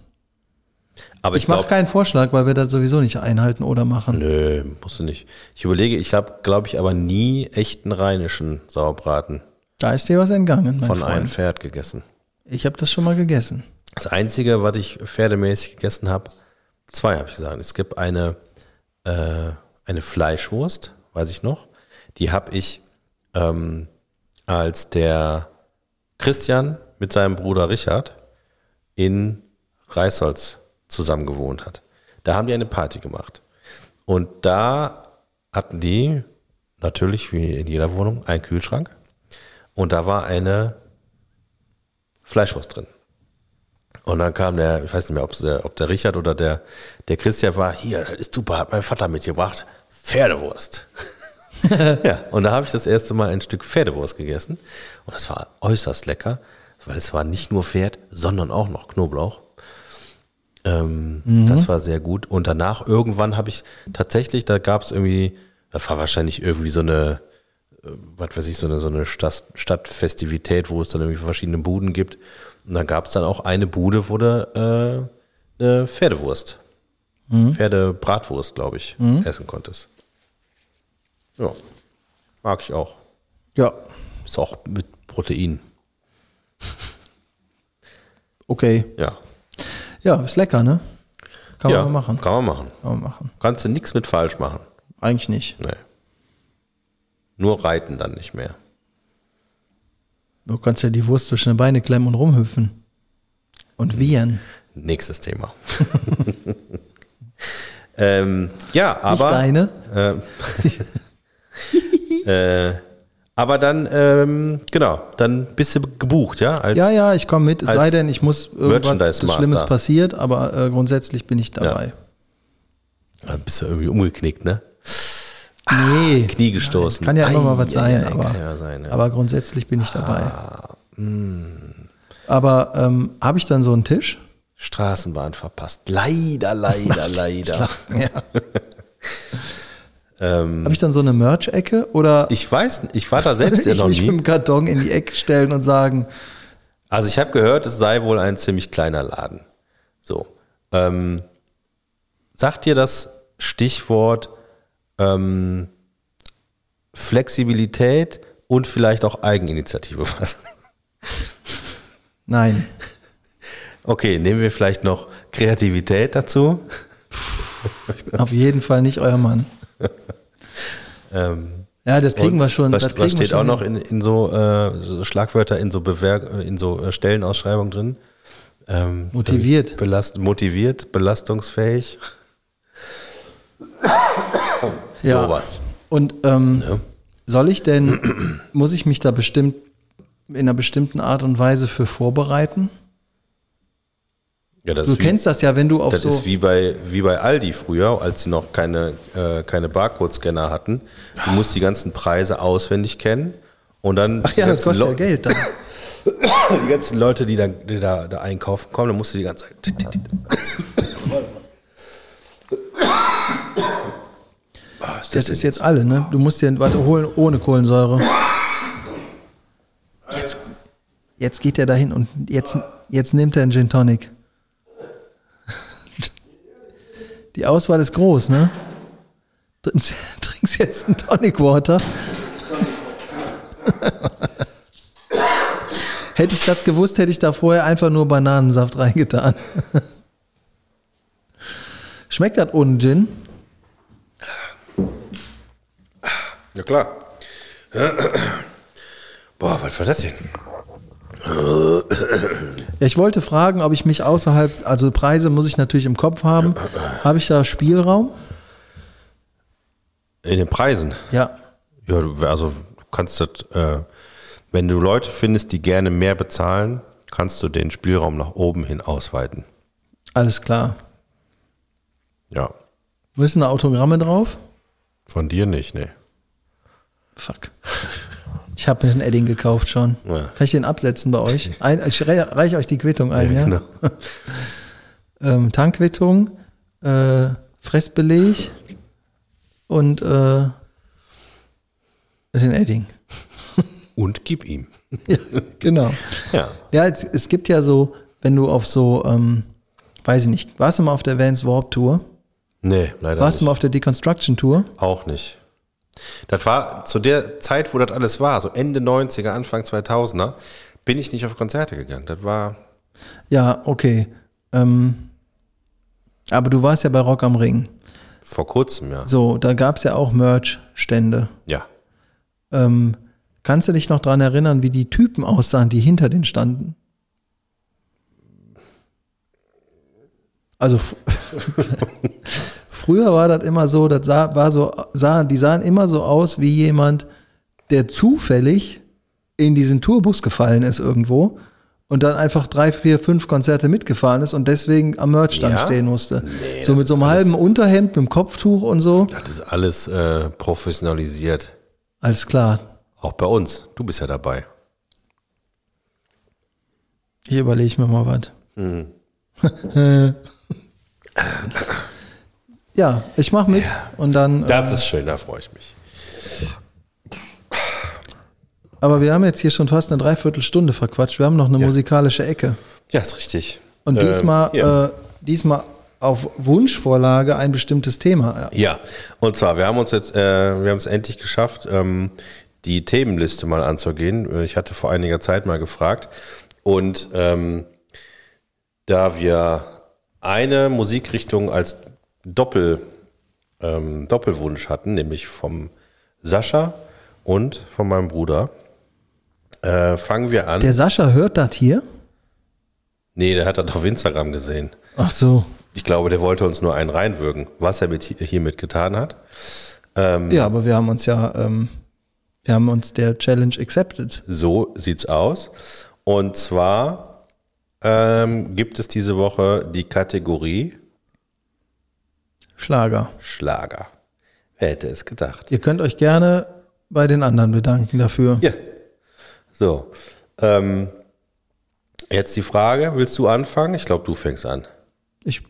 Speaker 2: Aber ich,
Speaker 1: Ich mache
Speaker 2: glaube.
Speaker 1: keinen Vorschlag, weil wir das sowieso nicht einhalten oder machen.
Speaker 2: Nö, musst du nicht. Ich überlege, ich habe, glaube ich, aber nie echten rheinischen Sauerbraten
Speaker 1: Da ist dir was entgangen, mein
Speaker 2: von einem
Speaker 1: Freund.
Speaker 2: Pferd gegessen.
Speaker 1: Ich habe das schon mal gegessen.
Speaker 2: Das Einzige, was ich pferdemäßig gegessen habe, zwei habe ich gesagt. Es gibt eine, äh, eine Fleischwurst, weiß ich noch. Die habe ich, ähm, als der Christian mit seinem Bruder Richard in Reisholz zusammen gewohnt hat. Da haben die eine Party gemacht. Und da hatten die natürlich, wie in jeder Wohnung, einen Kühlschrank. Und da war eine Fleischwurst drin. Und dann kam der, ich weiß nicht mehr, ob's der, ob der Richard oder der, der Christian war, hier, das ist super, hat mein Vater mitgebracht, Pferdewurst. ja, und da habe ich das erste Mal ein Stück Pferdewurst gegessen. Und das war äußerst lecker, weil es war nicht nur Pferd, sondern auch noch Knoblauch. Ähm, Das war sehr gut. Und danach irgendwann habe ich tatsächlich, da gab es irgendwie, das war wahrscheinlich irgendwie so eine, was weiß ich, so eine, so eine Stadt, Stadtfestivität, wo es dann irgendwie verschiedene Buden gibt. Und dann gab es dann auch eine Bude, wo du äh, eine Pferdewurst,
Speaker 1: Mhm.
Speaker 2: Pferdebratwurst, glaube ich, essen konntest. Ja, mag ich auch.
Speaker 1: Ja,
Speaker 2: Ist auch mit Protein.
Speaker 1: okay.
Speaker 2: Ja,
Speaker 1: Ja, ist lecker, ne? Kann
Speaker 2: ja
Speaker 1: man mal machen. Kann
Speaker 2: Kann man machen.
Speaker 1: man machen.
Speaker 2: Kannst du nichts mit falsch machen.
Speaker 1: Eigentlich nicht.
Speaker 2: Nee. Nur reiten dann nicht mehr.
Speaker 1: Du kannst ja die Wurst zwischen die Beine klemmen und
Speaker 2: Mhm.
Speaker 1: rumhüpfen. Und wiehern.
Speaker 2: Nächstes Thema. Ähm, ja, aber.
Speaker 1: deine.
Speaker 2: Ähm, Äh, äh, aber dann, ähm, genau, dann bist du gebucht, ja? Als,
Speaker 1: Ja, ja, ich komme mit, es sei
Speaker 2: als
Speaker 1: denn, ich muss irgendwas
Speaker 2: Merchandise-Master.
Speaker 1: das Schlimmes passiert, aber äh, grundsätzlich bin ich dabei.
Speaker 2: Ah, Bist du irgendwie umgeknickt, ne? Ah,
Speaker 1: Nee,
Speaker 2: Knie gestoßen.
Speaker 1: kann ja immer
Speaker 2: Ei,
Speaker 1: mal was
Speaker 2: ei,
Speaker 1: sein,
Speaker 2: ei,
Speaker 1: aber,
Speaker 2: kann ja was sein, ja. Ah, mm.
Speaker 1: aber grundsätzlich bin ich dabei. Aber ähm, habe ich dann so einen Tisch?
Speaker 2: Straßenbahn verpasst. Leider, leider, leider. Ähm,
Speaker 1: Ja. Habe ich dann so eine Merch-Ecke oder
Speaker 2: Ich weiß, nicht, ich war da selbst ja
Speaker 1: ich
Speaker 2: noch
Speaker 1: mich mit
Speaker 2: nie.
Speaker 1: dem Karton in die Ecke stellen und sagen,
Speaker 2: Also ich habe gehört, es sei wohl ein ziemlich kleiner Laden. So. Ähm, sagt dir das Stichwort ähm, Flexibilität und vielleicht auch Eigeninitiative was?
Speaker 1: nein,
Speaker 2: Okay, nehmen wir vielleicht noch Kreativität dazu.
Speaker 1: ich bin auf jeden Fall nicht euer Mann.
Speaker 2: Ähm,
Speaker 1: Ja, das kriegen
Speaker 2: und
Speaker 1: wir schon.
Speaker 2: Was,
Speaker 1: das kriegen
Speaker 2: was
Speaker 1: wir
Speaker 2: steht
Speaker 1: schon
Speaker 2: auch
Speaker 1: hin.
Speaker 2: noch in, in so, äh, so Schlagwörter, in so, Bewer in so äh, Stellenausschreibungen drin? Ähm,
Speaker 1: Motiviert.
Speaker 2: Belast motiviert, belastungsfähig.
Speaker 1: Ja.
Speaker 2: Sowas.
Speaker 1: Und ähm, soll ich denn, muss ich mich da bestimmt in einer bestimmten Art und Weise für vorbereiten?
Speaker 2: Ja, das
Speaker 1: Du
Speaker 2: ist wie,
Speaker 1: kennst das ja, wenn du auf
Speaker 2: das
Speaker 1: so.
Speaker 2: ist wie bei, wie bei Aldi früher, als sie noch keine, äh, keine Barcode-Scanner hatten. Du musst die ganzen Preise auswendig kennen und dann die,
Speaker 1: ja, das
Speaker 2: ganzen
Speaker 1: kostet ja
Speaker 2: Leu-
Speaker 1: Geld dann.
Speaker 2: die ganzen Leute, die, dann, die da, da einkaufen kommen, dann musst du die ganze Zeit. Ah, ist
Speaker 1: Das
Speaker 2: denn?
Speaker 1: ist jetzt alle, ne? Du musst dir was holen ohne Kohlensäure. Jetzt, jetzt geht er dahin und jetzt, jetzt nimmt er einen Gin Tonic. Die Auswahl ist groß, ne? Trinkst trinkst jetzt einen Tonic Water. Hätte ich das gewusst, hätte ich da vorher einfach nur Bananensaft reingetan. Schmeckt das ohne Gin?
Speaker 2: Ja, klar. Boah, was war das denn?
Speaker 1: Ja, ich wollte fragen, ob ich mich außerhalb, also Preise muss ich natürlich im Kopf haben. Habe ich da Spielraum?
Speaker 2: In den Preisen.
Speaker 1: Ja.
Speaker 2: Ja, du- also du kannst das, äh, wenn du Leute findest, die gerne mehr bezahlen, kannst du den Spielraum nach oben hin ausweiten.
Speaker 1: Alles klar.
Speaker 2: Ja,
Speaker 1: Müssen da Autogramme drauf?
Speaker 2: von dir nicht, ne.
Speaker 1: Fuck. Ich habe mir einen Edding gekauft schon.
Speaker 2: Ja.
Speaker 1: Kann ich den absetzen bei euch? Ein, ich rei- reiche euch die Quittung ein, ja? genau.
Speaker 2: genau.
Speaker 1: Ähm, Tankquittung, äh, Fressbeleg und äh, den Edding.
Speaker 2: Und gib ihm.
Speaker 1: Ja, genau.
Speaker 2: Ja.
Speaker 1: Ja, es, es gibt ja so, wenn du auf so, ähm, weiß ich nicht, warst du mal auf der Vans Warp Tour?
Speaker 2: Nee, leider
Speaker 1: Warst du
Speaker 2: nicht.
Speaker 1: mal auf der Deconstruction Tour?
Speaker 2: Auch nicht. Das war zu der Zeit, wo das alles war, so Ende 90er, Anfang 2000er, bin ich nicht auf Konzerte gegangen. Das war,
Speaker 1: Ja, okay. Ähm, aber du warst ja bei Rock am Ring.
Speaker 2: Vor kurzem, ja.
Speaker 1: So, da gab es ja auch Merch-Stände.
Speaker 2: Ja.
Speaker 1: Ähm, kannst du dich noch dran erinnern, wie die Typen aussahen, die hinter den standen? Also f- früher war das immer so, das sah, war so, sah, die sahen immer so aus wie jemand, der zufällig in diesen Tourbus gefallen ist irgendwo und dann einfach drei, vier, fünf Konzerte mitgefahren ist und deswegen am Merchstand
Speaker 2: Ja?
Speaker 1: stehen musste.
Speaker 2: Nee,
Speaker 1: so
Speaker 2: das
Speaker 1: mit so einem
Speaker 2: ist alles-
Speaker 1: halben Unterhemd, mit dem Kopftuch und so.
Speaker 2: Das ist alles äh, professionalisiert.
Speaker 1: Alles klar,
Speaker 2: Auch bei uns. Du bist ja dabei.
Speaker 1: Ich überlege mir mal was. ja, ich mache mit und dann.
Speaker 2: Das ist schön, da freue ich mich.
Speaker 1: Aber wir haben jetzt hier schon fast eine Dreiviertelstunde verquatscht. Wir haben noch eine musikalische Ecke.
Speaker 2: Ja, ist richtig.
Speaker 1: Und
Speaker 2: Ähm,
Speaker 1: diesmal,
Speaker 2: hier.
Speaker 1: äh, diesmal auf Wunschvorlage ein bestimmtes Thema.
Speaker 2: ja, und zwar, wir haben uns jetzt, äh, wir haben es endlich geschafft, ähm, die Themenliste mal anzugehen. Äh, Ich hatte vor einiger Zeit mal gefragt. Und ähm, da wir eine Musikrichtung als Doppel, ähm, Doppelwunsch hatten, nämlich vom Sascha und von meinem Bruder, äh, fangen wir an.
Speaker 1: Der Sascha hört das hier.
Speaker 2: nee, der hat das auf Instagram gesehen.
Speaker 1: Ach so.
Speaker 2: Ich glaube, der wollte uns nur einen reinwürgen, was er mit, hiermit getan hat.
Speaker 1: Ähm. Ja, aber wir haben uns ja, ähm, wir haben uns der Challenge accepted.
Speaker 2: So sieht's aus. Und zwar ähm, gibt es diese Woche die Kategorie
Speaker 1: Schlager.
Speaker 2: Schlager. Wer hätte es gedacht?
Speaker 1: Ihr könnt euch gerne bei den anderen bedanken dafür.
Speaker 2: Ja. So. Ähm, jetzt die Frage: Willst du anfangen? Ich glaube, du fängst an.
Speaker 1: Ich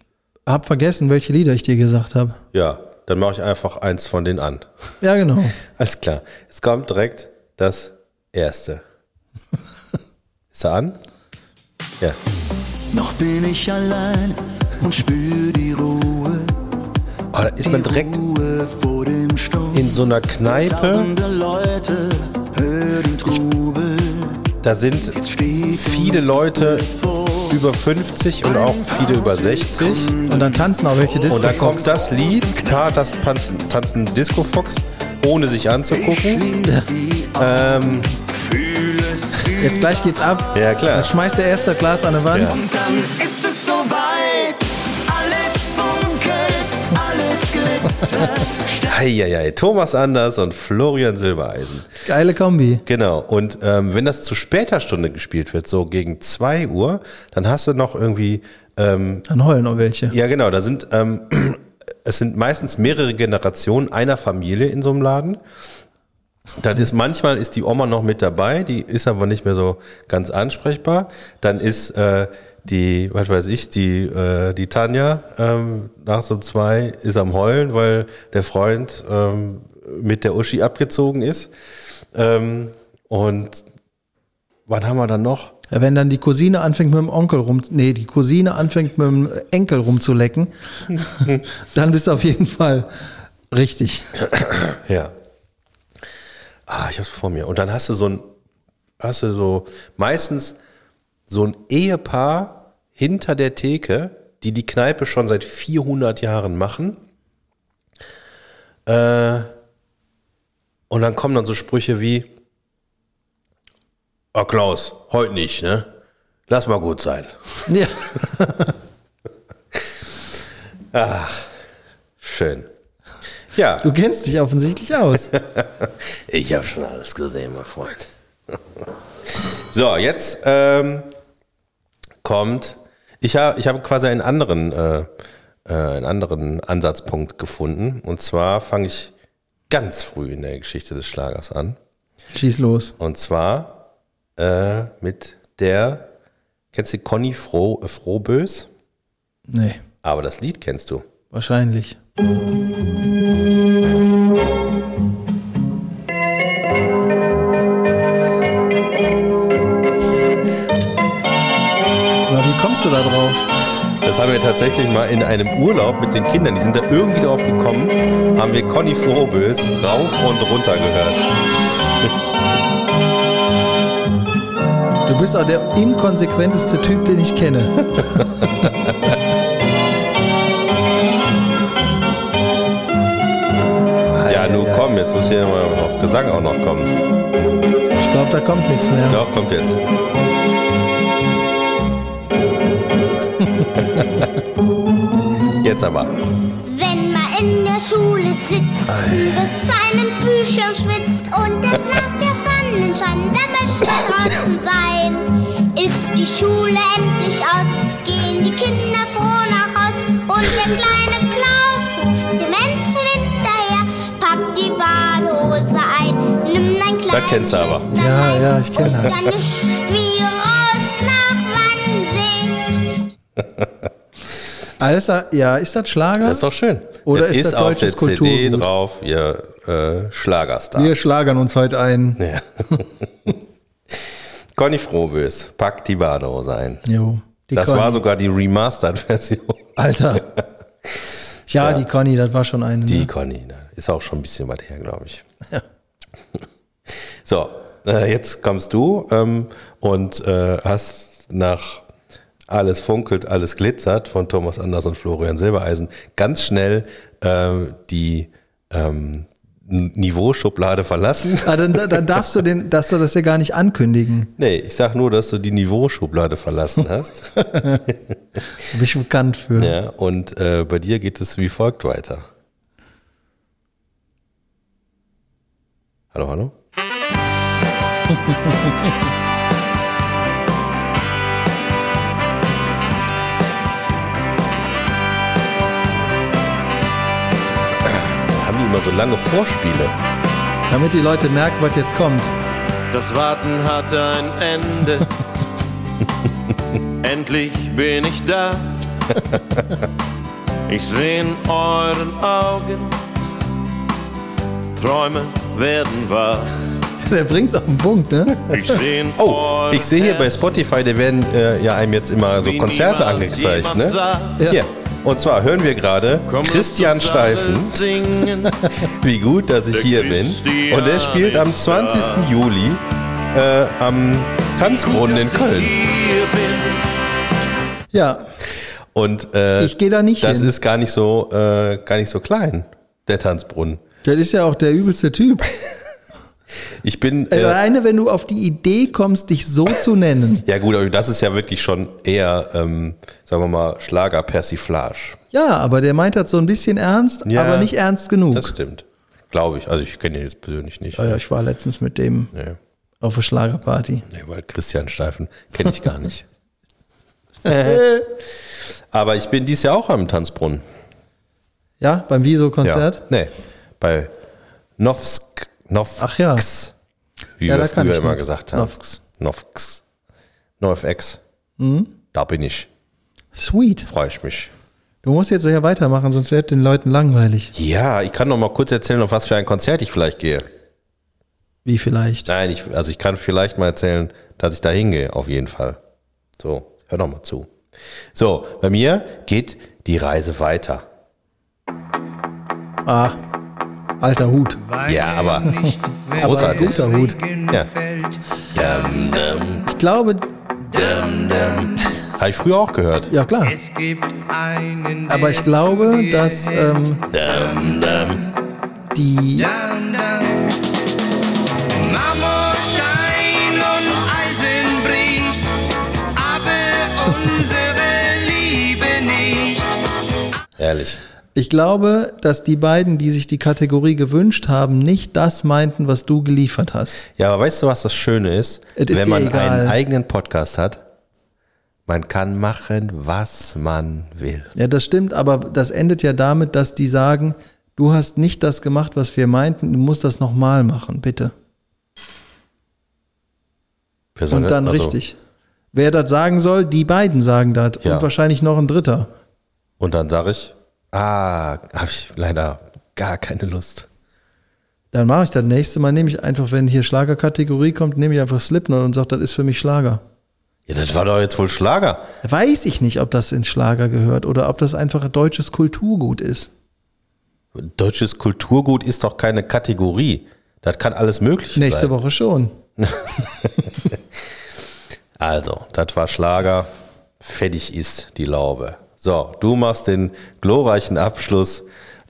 Speaker 1: habe vergessen, welche Lieder ich dir gesagt habe.
Speaker 2: Ja, dann mache ich einfach eins von denen an.
Speaker 1: Ja, genau.
Speaker 2: Alles klar. Es kommt direkt das erste. Ist er an? Ja.
Speaker 3: Noch bin ich allein und spür die Ruhe.
Speaker 2: Oh, da ist
Speaker 3: Die
Speaker 2: man direkt
Speaker 3: Ruhe vor dem Sturm.
Speaker 2: in so einer Kneipe.
Speaker 3: Tausende Leute hören den Trubel.
Speaker 2: Da sind
Speaker 3: Jetzt steht
Speaker 2: viele
Speaker 3: uns das
Speaker 2: Leute
Speaker 3: Bild vor.
Speaker 2: über 50 und auch viele über 60.
Speaker 1: Und dann tanzen auch welche Disco.
Speaker 2: Und dann Oh, kommt das Lied, da das tanzen, tanzen Disco Fox, ohne sich anzugucken.
Speaker 3: Schließ die
Speaker 2: Ähm,
Speaker 3: Fühl es
Speaker 1: Jetzt gleich geht's ab.
Speaker 2: ja klar.
Speaker 1: Dann schmeißt der erste Glas an die Wand.
Speaker 2: Ja.
Speaker 3: Und dann ist es soweit. Alles funkelt, alles glitzert.
Speaker 2: Heieiei, Thomas Anders und Florian Silbereisen.
Speaker 1: Geile Kombi.
Speaker 2: Genau, und ähm, wenn das zu später Stunde gespielt wird, so gegen 2 Uhr, dann hast du noch irgendwie, ähm,
Speaker 1: Dann heulen auch welche.
Speaker 2: ja genau, da sind, ähm, es sind meistens mehrere Generationen einer Familie in so einem Laden. Dann ist manchmal ist die Oma noch mit dabei, die ist aber nicht mehr so ganz ansprechbar. Dann ist äh, die, was weiß ich, die, äh, die Tanja ähm, nach so zwei ist am Heulen, weil der Freund ähm, mit der Uschi abgezogen ist. Ähm, und was haben wir dann noch?
Speaker 1: Ja, wenn dann die Cousine anfängt mit dem Onkel rum, nee, die Cousine anfängt mit dem Enkel rumzulecken, dann bist du auf jeden Fall richtig.
Speaker 2: Ja. Ah, ich hab's vor mir. Und dann hast du so ein, hast du so meistens so ein Ehepaar hinter der Theke, die die Kneipe schon seit 400 Jahren machen. Äh, und dann kommen dann so Sprüche wie, ah Klaus, heute nicht, ne? Lass mal gut sein.
Speaker 1: Ja.
Speaker 2: Schön. Ja,
Speaker 1: Du kennst dich offensichtlich aus.
Speaker 2: ich habe schon alles gesehen, mein Freund. So, jetzt ähm, kommt. Ich habe ich hab quasi einen anderen, äh, äh, einen anderen Ansatzpunkt gefunden. Und zwar fange ich ganz früh in der Geschichte des Schlagers an.
Speaker 1: Schieß los.
Speaker 2: Und zwar äh, mit der. Kennst du Conny Froh, äh, Frohbös?
Speaker 1: Nee,
Speaker 2: Aber das Lied kennst du.
Speaker 1: wahrscheinlich. Aber wie kommst du da drauf?
Speaker 2: Das haben wir tatsächlich mal in einem Urlaub mit den Kindern, die sind da irgendwie drauf gekommen, haben wir Conny Frohbös rauf und runter gehört.
Speaker 1: Du bist auch der inkonsequenteste Typ, den ich kenne. Ah,
Speaker 2: Ja, nun komm, jetzt muss hier mal noch Gesang auch noch kommen.
Speaker 1: Ich glaube, da kommt nichts mehr.
Speaker 2: Doch, kommt jetzt. Jetzt aber.
Speaker 4: Wenn man in der Schule sitzt, über seinen Büchern schwitzt und es macht der Sonnenschein, dann möchte man draußen sein. Ist die Schule endlich aus, gehen die Kinder froh nach Haus und der kleine Klaus ruft dem Enzel hinterher, packt die Badehose ein, nimmt ein
Speaker 2: Da kennst du aber.
Speaker 4: kleines
Speaker 1: Ja, ja, ich kenne das.
Speaker 4: dann ist wie raus nach Wannsee.
Speaker 1: Ah, das ist da, ja, ist das Schlager?
Speaker 2: Das ist doch schön.
Speaker 1: Oder
Speaker 2: Jetzt
Speaker 1: ist das
Speaker 2: auf der
Speaker 1: deutsches
Speaker 2: CD
Speaker 1: Kulturgut?
Speaker 2: drauf, ihr äh, Schlagerstar.
Speaker 1: Wir schlagern uns heute ein.
Speaker 2: Ja. Conny Frohbös, packt die Badehose ein.
Speaker 1: Jo, die
Speaker 2: Das
Speaker 1: Conny.
Speaker 2: war sogar die Remastered-Version.
Speaker 1: Alter. Ja, die Conny, das war schon eine.
Speaker 2: Die
Speaker 1: Ne?
Speaker 2: Conny, ne? ist auch schon ein bisschen weit her, glaube ich. so, äh, jetzt kommst du ähm, und äh, hast nach Alles funkelt, alles glitzert von Thomas Anders und Florian Silbereisen ganz schnell äh, die ähm, Niveauschublade verlassen.
Speaker 1: Ah, dann, dann darfst du den, darfst du das ja gar nicht ankündigen.
Speaker 2: Nee, ich sag nur, dass du die Niveauschublade verlassen hast.
Speaker 1: Da bin ich bekannt für.
Speaker 2: ja, und äh, bei dir geht es wie folgt weiter. Hallo, hallo? Haben die immer so lange Vorspiele?
Speaker 1: Damit die Leute merken, was jetzt kommt.
Speaker 5: Das Warten hatte ein Ende. Endlich bin ich da. Ich seh in euren Augen. Träume werden wahr.
Speaker 1: Der bringt's auf den Punkt, ne?
Speaker 5: Ich seh in
Speaker 2: Oh,
Speaker 5: euren
Speaker 2: ich sehe hier bei
Speaker 5: Herzen,
Speaker 2: Spotify, da werden äh, ja einem jetzt immer so
Speaker 5: wie
Speaker 2: Konzerte
Speaker 5: niemals
Speaker 2: angezeigt,
Speaker 5: jemand
Speaker 2: ne?
Speaker 5: sah.
Speaker 1: Ja.
Speaker 2: Hier. Und zwar hören wir gerade
Speaker 5: Komm,
Speaker 2: Christian
Speaker 5: lass uns alle
Speaker 2: Steifen,
Speaker 5: Singen.
Speaker 2: wie gut, dass ich
Speaker 5: Der
Speaker 2: hier bin.
Speaker 5: Christian
Speaker 2: Und der spielt am
Speaker 5: ist da.
Speaker 2: 20. Juli äh, am Tanzbrunnen in
Speaker 5: Dass ich
Speaker 2: Köln.
Speaker 5: hier bin.
Speaker 1: Ja,
Speaker 2: Und äh,
Speaker 1: ich gehe da nicht
Speaker 2: das
Speaker 1: hin.
Speaker 2: ist gar nicht so äh, gar nicht so klein, der Tanzbrunnen.
Speaker 1: das ist ja auch der übelste Typ.
Speaker 2: Ich bin äh,
Speaker 1: Alleine, wenn du auf die Idee kommst, dich so zu nennen.
Speaker 2: ja gut, aber das ist ja wirklich schon eher, ähm, sagen wir mal, Schlager-Persiflage.
Speaker 1: Ja, aber der meint das so ein bisschen ernst,
Speaker 2: Ja,
Speaker 1: aber nicht ernst genug. Oh
Speaker 2: Das stimmt, glaube ich. Also ich kenne ihn jetzt persönlich nicht.
Speaker 1: Ah, Ja, ja, ich war letztens mit dem
Speaker 2: Nee.
Speaker 1: auf der Schlagerparty.
Speaker 2: Nee, weil Christian Steifen kenne ich gar nicht. Aber ich bin dies Jahr auch am Tanzbrunnen.
Speaker 1: Ja, beim Wieso-Konzert.
Speaker 2: Ja. Nee, bei Novsk. Novx,
Speaker 1: Ach ja.
Speaker 2: wie
Speaker 1: Ja,
Speaker 2: wir
Speaker 1: da kann
Speaker 2: früher
Speaker 1: ich
Speaker 2: immer
Speaker 1: nicht.
Speaker 2: gesagt haben.
Speaker 1: Novx.
Speaker 2: Novx. NovX.
Speaker 1: Mhm.
Speaker 2: Da bin ich.
Speaker 1: Sweet.
Speaker 2: Freue ich mich.
Speaker 1: Du musst jetzt ja weitermachen, sonst wird den Leuten langweilig.
Speaker 2: Ja, ich kann noch mal kurz erzählen, auf was für ein Konzert ich vielleicht gehe.
Speaker 1: Wie vielleicht?
Speaker 2: Nein, ich, also ich kann vielleicht mal erzählen, dass ich da hingehe, auf jeden Fall. So, hör doch mal zu. So, bei mir geht die Reise weiter.
Speaker 1: Ah, alter Hut.
Speaker 2: Ja, aber großartig.
Speaker 1: Guter Hut.
Speaker 2: Ja.
Speaker 1: Ich glaube,
Speaker 2: Habe ich früher auch gehört.
Speaker 1: ja klar. Aber ich glaube, dass ähm, die
Speaker 6: Marmor, Stein und Eisen bricht, aber unsere Liebe nicht.
Speaker 2: Ehrlich.
Speaker 1: ich glaube, dass die beiden, die sich die Kategorie gewünscht haben, nicht das meinten, was du geliefert hast.
Speaker 2: Ja, aber weißt du, was das Schöne ist?
Speaker 1: Es ist
Speaker 2: Wenn
Speaker 1: dir
Speaker 2: man
Speaker 1: egal.
Speaker 2: einen eigenen Podcast hat, man kann machen, was man will.
Speaker 1: Ja, das stimmt, aber das endet ja damit, dass die sagen, du hast nicht das gemacht, was wir meinten, du musst das nochmal machen, bitte.
Speaker 2: Für so
Speaker 1: Und
Speaker 2: eine-
Speaker 1: dann
Speaker 2: also-
Speaker 1: richtig. Wer das sagen soll, die beiden sagen das.
Speaker 2: Ja.
Speaker 1: Und wahrscheinlich noch ein Dritter.
Speaker 2: Und dann sage ich, ah, habe ich leider gar keine Lust.
Speaker 1: Dann mache ich das nächste Mal, nehme ich einfach, wenn hier Schlagerkategorie kommt, nehme ich einfach Slipknot und sage, das ist für mich Schlager.
Speaker 2: Ja, das war doch jetzt wohl Schlager.
Speaker 1: Weiß ich nicht, ob das ins Schlager gehört oder ob das einfach ein deutsches Kulturgut ist.
Speaker 2: Deutsches Kulturgut ist doch keine Kategorie. Das kann alles Mögliche
Speaker 1: Nächste
Speaker 2: sein.
Speaker 1: Woche schon.
Speaker 2: Also, das war Schlager. Fertig ist die Laube. So, du machst den glorreichen Abschluss.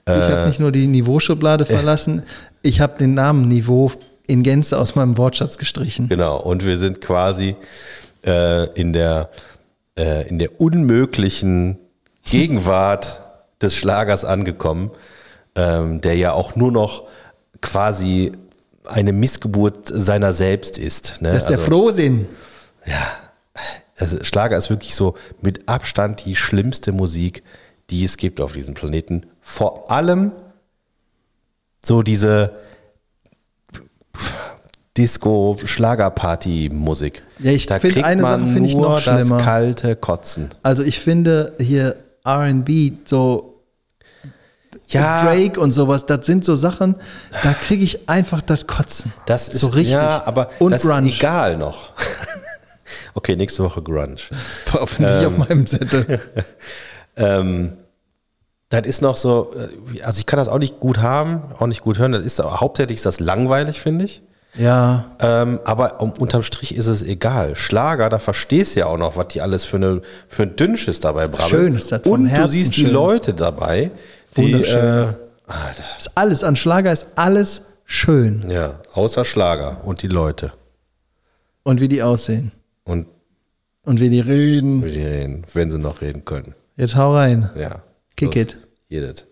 Speaker 1: Ich
Speaker 2: Äh.
Speaker 1: habe nicht nur die Niveauschublade verlassen, ich habe den Namen Niveau in Gänze aus meinem Wortschatz gestrichen.
Speaker 2: Genau. Und wir sind quasi äh, in, der, äh, in der unmöglichen Gegenwart des Schlagers angekommen, ähm, der ja auch nur noch quasi eine Missgeburt seiner selbst ist. Ne?
Speaker 1: Das ist der Frohsinn.
Speaker 2: Also Schlager ist wirklich so mit Abstand die schlimmste Musik, die es gibt auf diesem Planeten. Vor allem so diese Disco-Schlagerparty-Musik.
Speaker 1: Ja, ich
Speaker 2: Da
Speaker 1: find
Speaker 2: kriegt
Speaker 1: eine
Speaker 2: man
Speaker 1: Sache find ich
Speaker 2: nur
Speaker 1: noch schlimmer.
Speaker 2: das kalte Kotzen.
Speaker 1: Also ich finde hier RB, so Drake und sowas, das sind so Sachen, da kriege ich einfach das Kotzen.
Speaker 2: das ist
Speaker 1: so richtig.
Speaker 2: Ja, aber
Speaker 1: und
Speaker 2: das
Speaker 1: Grunge.
Speaker 2: ist egal noch. okay, nächste Woche Grunge.
Speaker 1: Auf, nicht auf meinem Zettel.
Speaker 2: Das ist noch so, äh, also ich kann das auch nicht gut haben, auch nicht gut hören. Das ist hauptsächlich ist das langweilig, finde ich.
Speaker 1: Ja.
Speaker 2: Ähm, aber um, unterm Strich ist es egal. Schlager, da verstehst du ja auch noch, was die alles für, eine, für ein Dünnschiss dabei brabbeln.
Speaker 1: Schön ist das vom
Speaker 2: Und du
Speaker 1: Herzen
Speaker 2: siehst die
Speaker 1: schön.
Speaker 2: Leute dabei, die,
Speaker 1: Wunderschön.
Speaker 2: äh, Alter.
Speaker 1: Ist alles, an Schlager ist alles schön.
Speaker 2: äh, Ja, außer Schlager und die Leute.
Speaker 1: Und wie die aussehen.
Speaker 2: Und
Speaker 1: Und wie die reden.
Speaker 2: wie die reden, wenn sie noch reden können.
Speaker 1: Jetzt hau rein.
Speaker 2: Ja.
Speaker 1: Kick it.
Speaker 2: Jedet.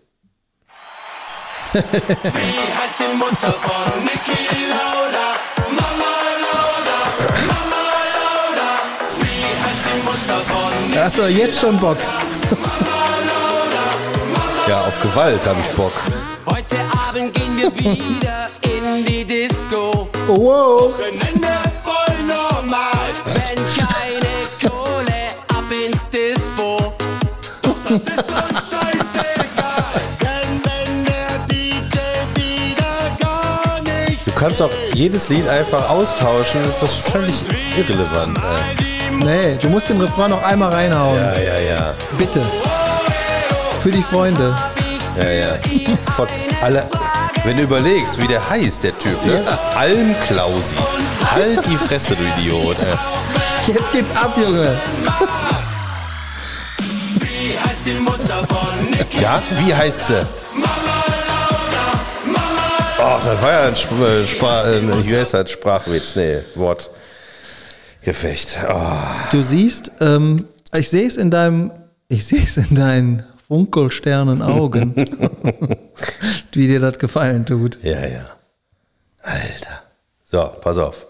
Speaker 1: Achso, jetzt schon Bock.
Speaker 2: Ja, auf Gewalt habe ich Bock.
Speaker 7: Heute Abend gehen wir wieder in die Disco.
Speaker 1: Wow.
Speaker 7: Wochenende voll normal. Wenn keine Kohle, ab ins Dispo. Doch das ist uns scheißegal. Denn wenn der DJ wieder gar nicht
Speaker 2: Du kannst auch jedes Lied einfach austauschen. Das ist völlig irrelevant. Ey.
Speaker 1: Nee, du musst den Refrain noch einmal reinhauen.
Speaker 2: Ja, ja, ja.
Speaker 1: Bitte. Für die Freunde.
Speaker 2: ja, ja. Von alle, wenn du überlegst, wie der heißt, der Typ, ne? Almklausi. Halt die Fresse, du Idiot. Ey.
Speaker 1: Jetzt geht's ab, Junge.
Speaker 7: heißt die Mutter von Nicky.
Speaker 2: Ja, wie heißt sie? Oh, das war ja ein, Sp äh, Spra äh, ein US hat Sprachwitz, nee, Wort. Gefecht. Oh.
Speaker 1: Du siehst, ähm, ich sehe es in deinem, ich sehe es in deinen funkelsternen Augen, wie dir das gefallen tut.
Speaker 2: Ja, ja. Alter. So, pass auf.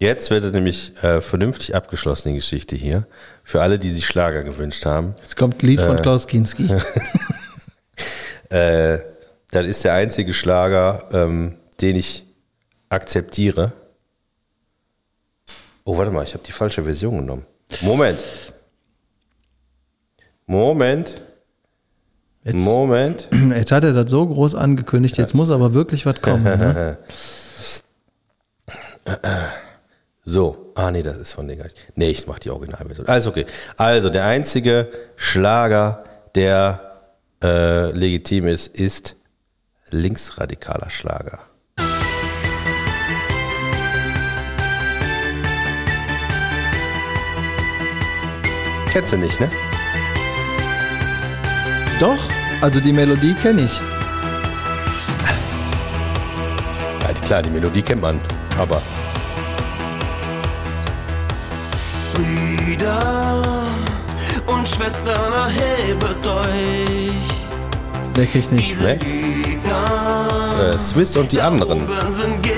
Speaker 2: Jetzt wird es nämlich äh, vernünftig abgeschlossen, die Geschichte hier. Für alle, die sich Schlager gewünscht haben.
Speaker 1: Jetzt kommt ein Lied von Klaus Kinski.
Speaker 2: Äh, das ist der einzige Schlager, ähm, den ich akzeptiere. Oh, warte mal, ich habe die falsche Version genommen. Moment. Moment.
Speaker 1: Jetzt,
Speaker 2: Moment.
Speaker 1: jetzt hat er das so groß angekündigt, jetzt muss aber wirklich was kommen. Ne?
Speaker 2: So. Ah, nee, das ist von dem gar nicht. Nee, ich mach die Originalversion. Alles okay. Also, der einzige Schlager, der äh, legitim ist, ist linksradikaler Schlager. Kennst du nicht, ne?
Speaker 1: Doch, also die Melodie kenne ich.
Speaker 2: Ja, die- klar, die Melodie kennt man, aber
Speaker 5: Brüder und Schwestern, erhebet euch.
Speaker 1: Der kenne ich nicht.
Speaker 5: Diese
Speaker 2: Ne?
Speaker 5: Lügner
Speaker 2: äh, Swiss und die anderen.
Speaker 5: sind gegen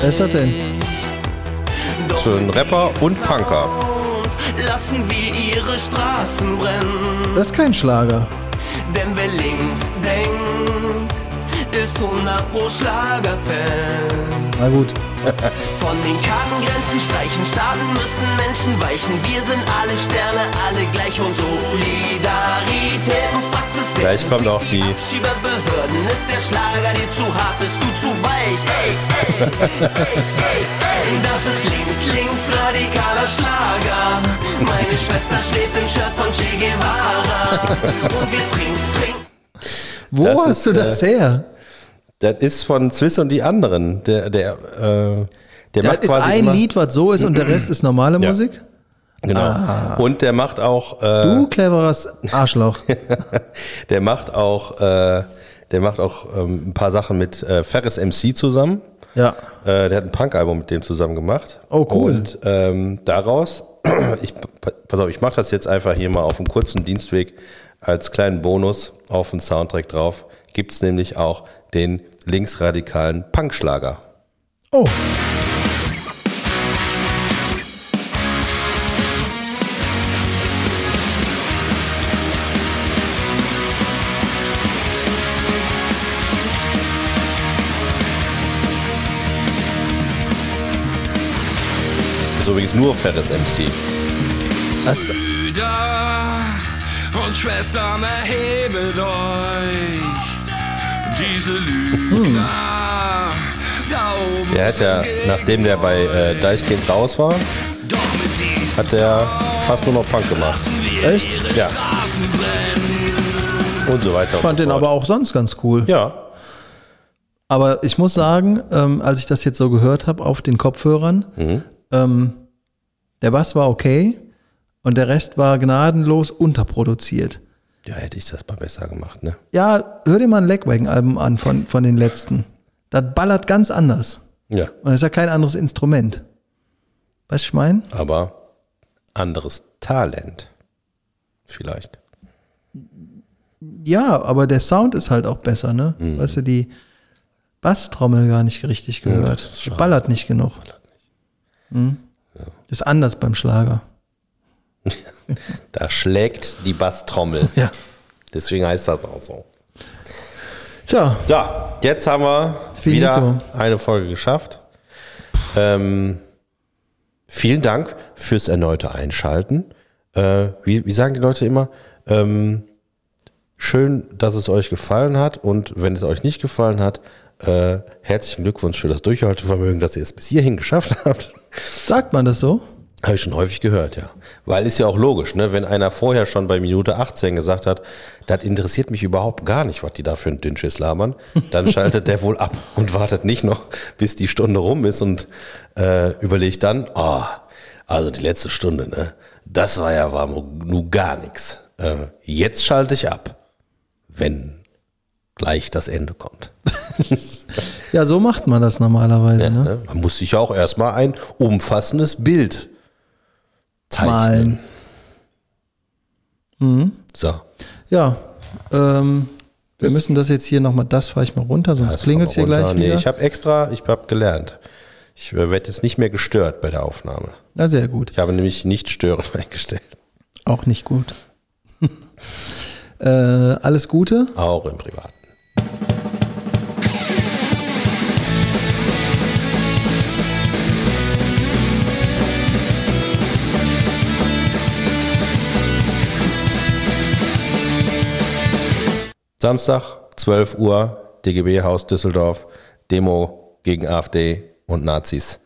Speaker 1: Wer ist das
Speaker 5: euch.
Speaker 1: denn?
Speaker 2: Schon Rapper und Punker.
Speaker 5: Lassen wir ihre Straßen brennen.
Speaker 1: Das ist kein Schlager.
Speaker 5: Denn wer links denkt, ist 100 pro Schlagerfan.
Speaker 1: Na gut.
Speaker 5: Von den Kartengrenzen streichen, Staaten müssen Menschen weichen. Wir sind alle Sterne, alle gleich und Solidaritätspraxis.
Speaker 2: Gleich kommt auch die-
Speaker 5: Über Behörden ist der Schlager dir zu hart, bist du zu weich. Ey, ey, ey, ey, ey. Das ist links, links radikaler Schlager. Meine Schwester schläft im Shirt von Che Guevara. Und wir trinken, trinken.
Speaker 1: Wo
Speaker 2: Das
Speaker 1: hast
Speaker 2: ist, äh,
Speaker 1: du das her?
Speaker 2: Das ist von Swiss und die anderen. Der, der, äh, der
Speaker 1: Das
Speaker 2: macht
Speaker 1: ist
Speaker 2: quasi
Speaker 1: ein
Speaker 2: immer,
Speaker 1: Lied, was so ist und der Rest ist normale
Speaker 2: Ja.
Speaker 1: Musik?
Speaker 2: Genau.
Speaker 1: Ah.
Speaker 2: Und der macht auch, äh,
Speaker 1: Du cleveres Arschloch.
Speaker 2: der macht auch, äh, der macht auch ähm, ein paar Sachen mit äh, Ferris MC zusammen.
Speaker 1: Ja.
Speaker 2: Äh, der hat ein Punk-Album mit dem zusammen gemacht.
Speaker 1: Oh, cool.
Speaker 2: Und ähm, daraus, ich, pa- pass auf, ich mache das jetzt einfach hier mal auf einem kurzen Dienstweg als kleinen Bonus auf den Soundtrack drauf. Gibt's nämlich auch den linksradikalen Punkschlager.
Speaker 1: Oh.
Speaker 2: Ist übrigens nur Ferris MC.
Speaker 1: Das,
Speaker 6: Brüder und Schwestern, erhebet euch. Diese Lügner da oben.
Speaker 2: Hm. Der hat ja, nachdem der bei äh, Deichkind raus war,
Speaker 6: Doch mit diesen
Speaker 2: hat der fast nur noch Punk gemacht.
Speaker 1: echt?
Speaker 2: Ja. Und so weiter.
Speaker 1: Ich fand
Speaker 2: und
Speaker 1: den
Speaker 2: so fort.
Speaker 1: aber auch sonst ganz cool.
Speaker 2: Ja.
Speaker 1: Aber ich muss sagen, ähm, als ich das jetzt so gehört habe auf den Kopfhörern,
Speaker 2: Mhm.
Speaker 1: ähm, der Bass war okay und der Rest war gnadenlos unterproduziert.
Speaker 2: Ja, hätte ich das mal besser gemacht, ne?
Speaker 1: Ja, hör dir mal ein Legwagon-Album an von, von den letzten. Das ballert ganz anders.
Speaker 2: Ja.
Speaker 1: Und das ist ja kein anderes Instrument. Weißt du, ich meine?
Speaker 2: Aber anderes Talent. Vielleicht.
Speaker 1: Ja, aber der Sound ist halt auch besser, ne?
Speaker 2: Mhm.
Speaker 1: Weißt du, die Basstrommel gar nicht richtig gehört.
Speaker 2: ist
Speaker 1: die
Speaker 2: schade.
Speaker 1: ballert nicht genug. Mhm. Ist anders beim Schlager.
Speaker 2: Da schlägt die Basstrommel.
Speaker 1: Ja.
Speaker 2: Deswegen heißt das auch so.
Speaker 1: Tja,
Speaker 2: So, jetzt haben wir
Speaker 1: Finito.
Speaker 2: wieder eine Folge geschafft. Ähm, vielen Dank fürs erneute Einschalten. Äh, wie, wie sagen die Leute immer? Ähm, schön, dass es euch gefallen hat und wenn es euch nicht gefallen hat, äh, herzlichen Glückwunsch für das Durchhaltevermögen, dass ihr es bis hierhin geschafft habt.
Speaker 1: sagt man das so?
Speaker 2: Habe ich schon häufig gehört, ja. Weil ist ja auch logisch, ne? wenn einer vorher schon bei Minute 18 gesagt hat, das interessiert mich überhaupt gar nicht, was die da für ein Dünnschiss labern, dann schaltet der wohl ab und wartet nicht noch, bis die Stunde rum ist und äh, überlegt dann, ah, also die letzte Stunde, ne? das war ja war nur gar nichts. Äh, jetzt schalte ich ab, wenn gleich das Ende kommt.
Speaker 1: Ja, so macht man das normalerweise, ne?
Speaker 2: Ne? Man muss sich ja auch erstmal ein umfassendes Bild zeichnen.
Speaker 1: Malen. Mhm.
Speaker 2: So,
Speaker 1: Ja, ähm, wir müssen das jetzt hier nochmal, das fahre ich mal runter, sonst
Speaker 2: das
Speaker 1: klingelt es hier
Speaker 2: kommt
Speaker 1: gleich
Speaker 2: runter. Nee,
Speaker 1: wieder.
Speaker 2: ich habe extra, ich habe gelernt. Ich werde jetzt nicht mehr gestört bei der Aufnahme.
Speaker 1: Na, sehr gut.
Speaker 2: Ich habe nämlich nicht störend eingestellt.
Speaker 1: Auch nicht gut. äh, alles Gute.
Speaker 2: Auch im Privaten. Samstag, 12 Uhr, DGB-Haus Düsseldorf, Demo gegen AfD und Nazis.